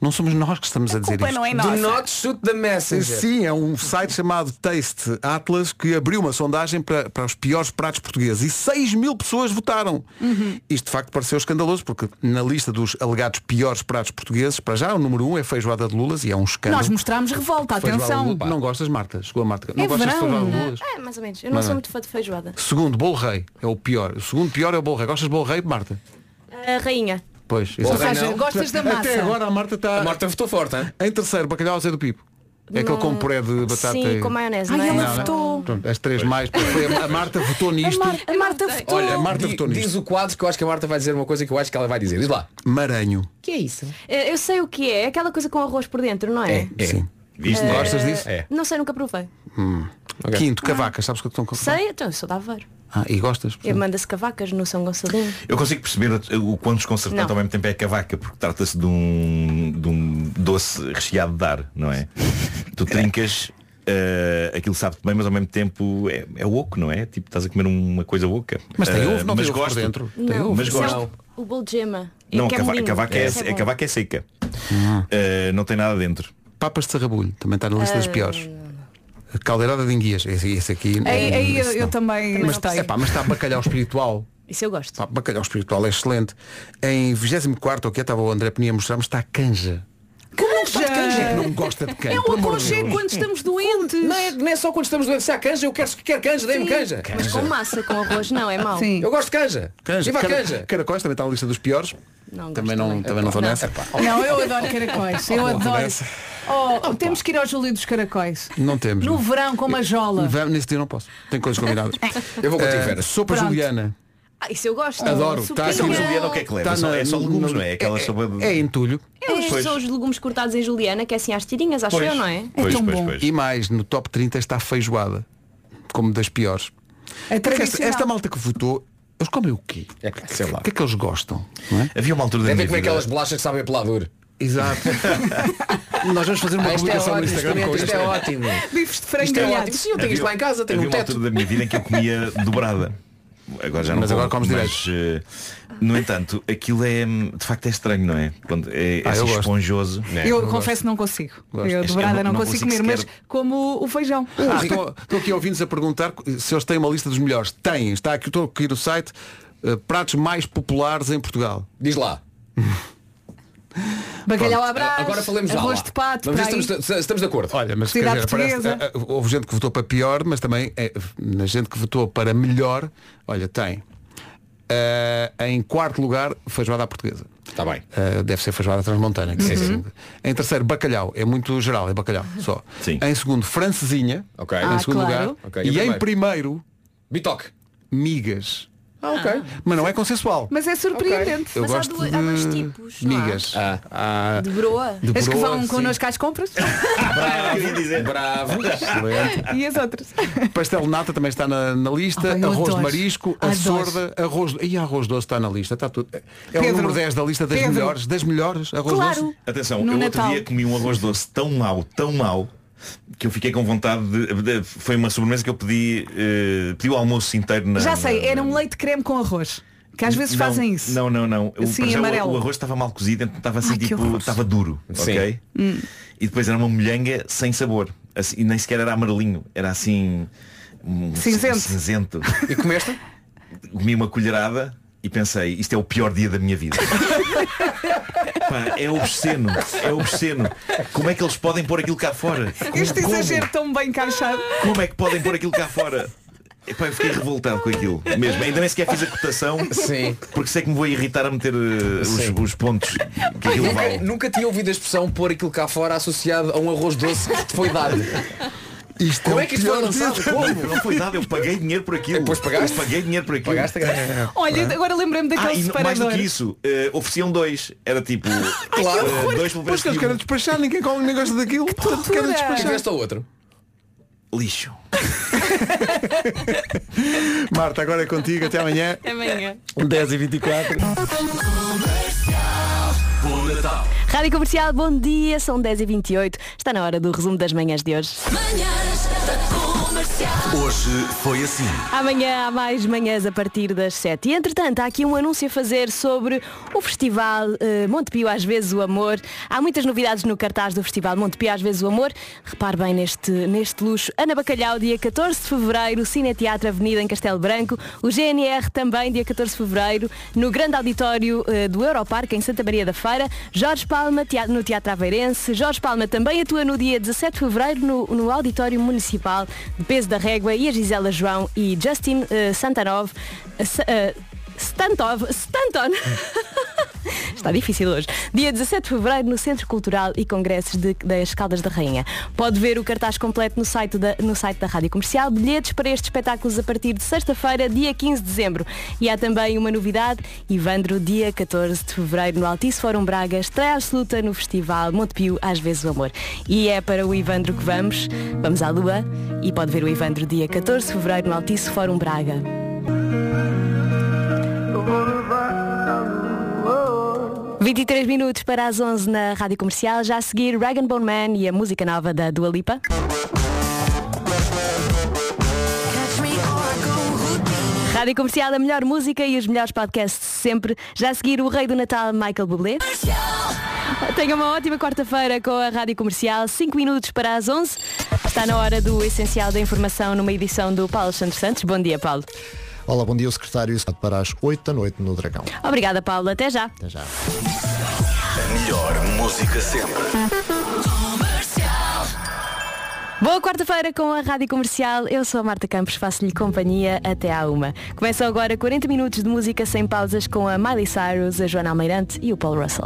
Não somos nós que estamos a, dizer isto.
é
Do not shoot the messenger.
Sim, é um site chamado Taste Atlas que abriu uma sondagem para, para os piores pratos portugueses e 6 mil pessoas votaram.
Uhum.
Isto de facto pareceu escandaloso porque na lista dos alegados piores pratos portugueses, para já o número 1 um é feijoada de lulas e é um escândalo.
Nós mostramos revolta,
Feijoada de
atenção.
lulas. Não gostas, Marta? Chegou a Marta. Não
é
gostas de
verão.
feijoada de lulas?
É, mais ou menos. Eu não
Mas
sou
não.
muito fã de feijoada.
Segundo, bolo rei é o pior. O segundo pior é o bolo rei. Gostas de bolo rei, Marta?
A rainha.
Pois.
Bolo
exato.
rei Ou seja, não. gostas da
Até
massa.
agora a Marta está... A Marta votou forte, hein? Em terceiro, bacalhau ao Zé do Pipo. É aquele
Não.
com puré de batata
Sim,
e-
com maionese.
Ai,
não é?
ela
Não, não.
votou.
Pronto, as três mais. Foi a, a Marta votou nisto.
A Marta votou.
Olha,
A Marta
di-
votou nisto.
diz o quadro que eu acho que a Marta vai dizer uma coisa que eu acho que ela vai dizer. Diz lá.
Maranho.
que é isso? Eu sei o que é. É aquela coisa com arroz por dentro, não é?
Sim.
Eh,
Gostas disso?
É.
Não sei, nunca provei.
Hum. Quinto, cavacas. Sabes que eu estou com
Sei, então, eu sou de Aveiro.
Ah, e gostas?
Eu manda-se cavacas no São Gonçalinho.
Eu consigo perceber o quão desconcertante
Não.
ao mesmo tempo é a cavaca, porque trata-se de um, de um doce recheado de ar, não é? tu trincas, eh, aquilo sabe-te bem, mas ao mesmo tempo é, é oco, não é? Tipo, estás a comer uma coisa oca.
Mas tem
Eh,
ovo, não
mas
tem ovo por
gosto.
dentro?
Tem ovo. Mas
Isso é
gosto.
o, o bolo de gema. É
Não,
que
a cava- a
molinho.
cavaca é,
Isso
a
bom.
cavaca é seca.
Ah.
Eh, não tem nada dentro.
Papas de sarrabulho. Também está na lista das
Ah,
piores. Caldeirada de enguias. Esse, esse aqui.
Aí,
não-
aí eu,
esse
eu
não.
também
Mas,
gostei.
epá, mas está bacalhau espiritual.
Isso eu gosto.
Pá, bacalhau espiritual é excelente. Em 24 ou que estava o André Penia a mostrar-me está a canja.
Como não gosta
Quem é
de
que
canja?
não gosta de canja?
É um
Por amor de
aconchego
Deus.
quando estamos doentes. Não é, não é só quando estamos doentes. Se há canja, eu quero, se quer canja, dê-me
Sim,
canja.
Mas com massa, com arroz, não, é mau.
Eu gosto de canja.
Canja.
Viva a
Cara-
canja.
Caracóis também está na lista dos piores.
Não
também não, também não sou nessa.
Não, eu adoro caracóis. Eu
Não
adoro.
interessa.
Oh, temos que ir ao Júlio dos Caracóis.
Não temos.
No
não.
verão, com uma jola.
Vamos- Nesse dia não posso. Tenho coisas combinadas.
Eu vou contigo,
Eh,
Vera.
Sopa
Pronto.
juliana.
Ah, isso eu gosto.
Adoro.
Supinha.
Tá- Tá
Só-
na-
é só legumes, não é? Aquela
é,
sopa de-
é entulho.
Estes são os legumes cortados em Juliana, que é assim às tirinhas, acho eu, não é?
E mais, no top 30 está a feijoada. Como das piores. Porque esta, é
tradicional.
esta malta que votou, eles comem o quê? Sei lá. O que é que eles gostam? é?
Havia uma altura da
Devem
minha
comer
vida-
aquelas bolachas que sabem a peladura.
Exato. Nós vamos fazer uma
Ah, isto é
publicação no
ótimo,
Instagram com
isto é ótimo.
Bifes de frango
Isto é
grelhado.
ótimo. Sim, eu tenho isto lá em casa, tenho
Havia
um
uma
teto.
altura da minha vida em que eu comia dobrada. Agora já não
Mas
como,
agora comes
mas, eh, no entanto, aquilo é hum, de facto é estranho, não é? Quando é, é
Ah, eu
assim
gosto.
esponjoso. né?
eu confesso que não consigo.
Gosto.
Eu
Este
dobrada
eu
não,
não
consigo,
consigo
comer,
sequer.
mas como o feijão.
Ah, estou, estou aqui a ouvindo-nos a perguntar se eles têm uma lista dos melhores. Têm, está aqui, estou aqui no site eh, pratos mais populares em Portugal.
Diz lá.
Bacalhau
Pronto,
à brás,
Agora falamos já
um arroz
lá.
de pato.
Vamos ver
para
se
aí.
estamos, se estamos de acordo.
Olha, mas
Cidade
quer dizer, parece-
portuguesa.
eh, eh, houve gente que votou para pior, mas também eh, na gente que votou para melhor, olha, tem. Eh, em quarto lugar, feijoada à portuguesa.
Está Tá bem.
Eh, deve ser feijoada transmontana. que
Sim,
é
sim.
assim. Em terceiro, bacalhau. É muito geral, é bacalhau só. Em segundo, francesinha.
Ok.
Em
Ah,
segundo
claro.
lugar.
Ok,
E,
e
em primeiro,
Bitoque.
migas.
Ah, ok.
Mas não é consensual.
Mas é surpreendente.
Eu
Mas
gosto
há, duas,
de
há dois tipos. não há?
Migas.
Ah.
Há-
De broa.
De
As que
broa,
vão
sim.
connosco às compras
Bravo.
e as outras.
Pastel de nata também está na, na lista.
Ah, eu
arroz de
adoro.
marisco, a
Adoro.
sorda, arroz. E arroz doce está na lista, está tudo. É o
Pedro.
número 10 da lista das
Pedro.
melhores, das melhores arroz doce.
Atenção, eu outro dia comi um arroz doce tão mau, tão mau, que eu fiquei com vontade de. de- foi uma sobremesa que eu pedi. eh, pedi o almoço inteiro na.
Já sei, era um leite creme com arroz. Que às vezes
Não,
fazem isso.
Não, não, não. O,
Assim,
para já o-
amarelo.
o arroz estava mal cozido, então estava assim
Ai, que
tipo.
horror.
Estava duro.
Sim.
Ok?
Hum.
E depois era uma molhanga sem sabor. Assim, e nem sequer era amarelinho. Era assim. um
Cinzento.
cinzento. E comeste? Comi uma colherada e pensei, isto é o pior dia da minha vida. Pá, é obsceno, é obsceno. Como é que eles podem pôr aquilo cá fora? Como- é
Este
como?
exagero tão bem encaixado.
Como é que podem pôr aquilo cá fora? Epá, eu fiquei revoltado com aquilo mesmo. Ainda nem sequer fiz a cotação porque sei que me vou irritar a meter eh, os,
Sim.
os pontos que aquilo
Nunca,
vale.
nunca tinha ouvido a expressão pôr aquilo cá fora associado a um arroz doce que te foi dado.
Isto
Como é que isto foi lançado? Como?
Não foi dado, eu paguei dinheiro por aquilo. Depois
pagaste?
Eu paguei dinheiro por aquilo.
Pagaste, cara.
Olha, agora lembrei-me daquele
Então,
Ah, e no- mais do
separador.
que isso, eh, ofereciam dois. Era tipo,
Claro.
eh, dois
É Pois
pelo preço
que eles
de um.
querem despachar, ninguém come nem gosta daquilo. Portanto, querem despachar.
Tiveste ao outro.
um. Lixo.
Marta, agora é contigo, até amanhã.
Amanhã.
10h24.
Bom Natal.
Rádio Comercial, bom dia, são 10h28. Está na hora do resumo das manhãs de hoje.
Hoje foi assim.
Amanhã há mais manhãs a partir das 7. E entretanto, há aqui um anúncio a fazer sobre o Festival eh, Montepio Às vezes o Amor. Há muitas novidades no cartaz do Festival Montepio Às vezes o Amor. Repare bem neste, neste luxo. Ana Bacalhau, dia 14 de fevereiro, Cine Teatro Avenida em Castelo Branco. O GNR também, dia 14 de fevereiro, no grande auditório eh, do Europarque, em Santa Maria da Feira. Jorge Palma, tea- no Teatro Aveirense. Jorge Palma também atua no dia 17 de fevereiro no, no Auditório Municipal de Peso da Régua e a Gisela João e Justin eh, Santanov. eh, Sa- eh, Stantov, Stanton. Está difícil hoje. Dia 17 de fevereiro no Centro Cultural e Congressos de- das Caldas da Rainha. Pode ver o cartaz completo no site, da, no site da Rádio Comercial. Bilhetes para estes espetáculos a partir de sexta-feira, dia 15 de dezembro. E há também uma novidade. Ivandro, dia 14 de fevereiro no Altice Fórum Braga, estreia absoluta no Festival Montepio, às vezes o amor. E é para o Ivandro que vamos. Vamos à Lua e pode ver o Ivandro dia 14 de fevereiro no Altice Fórum Braga.
Oh.
23 minutos para as 11 na Rádio Comercial, já a seguir Rag Bone Man e a música nova da Dua Lipa. Rádio Comercial, a melhor música e os melhores podcasts de sempre. Já a seguir o Rei do Natal, Michael Bublé. Tenha uma ótima quarta-feira com a Rádio Comercial, 5 minutos para as 11. Está na hora do Essencial da Informação numa edição do Paulo Santos Santos. Bom dia, Paulo.
Olá, bom dia, o secretário está para as 8 da noite no Dragão.
Obrigada, Paulo. Até já.
Até já.
A melhor música sempre.
Boa quarta-feira com a Rádio Comercial. Eu sou a Marta Campos, faço-lhe companhia até à uma. Começam agora 40 minutos de música sem pausas com a Miley Cyrus, a Joana Almeirante e o Paulo Russell.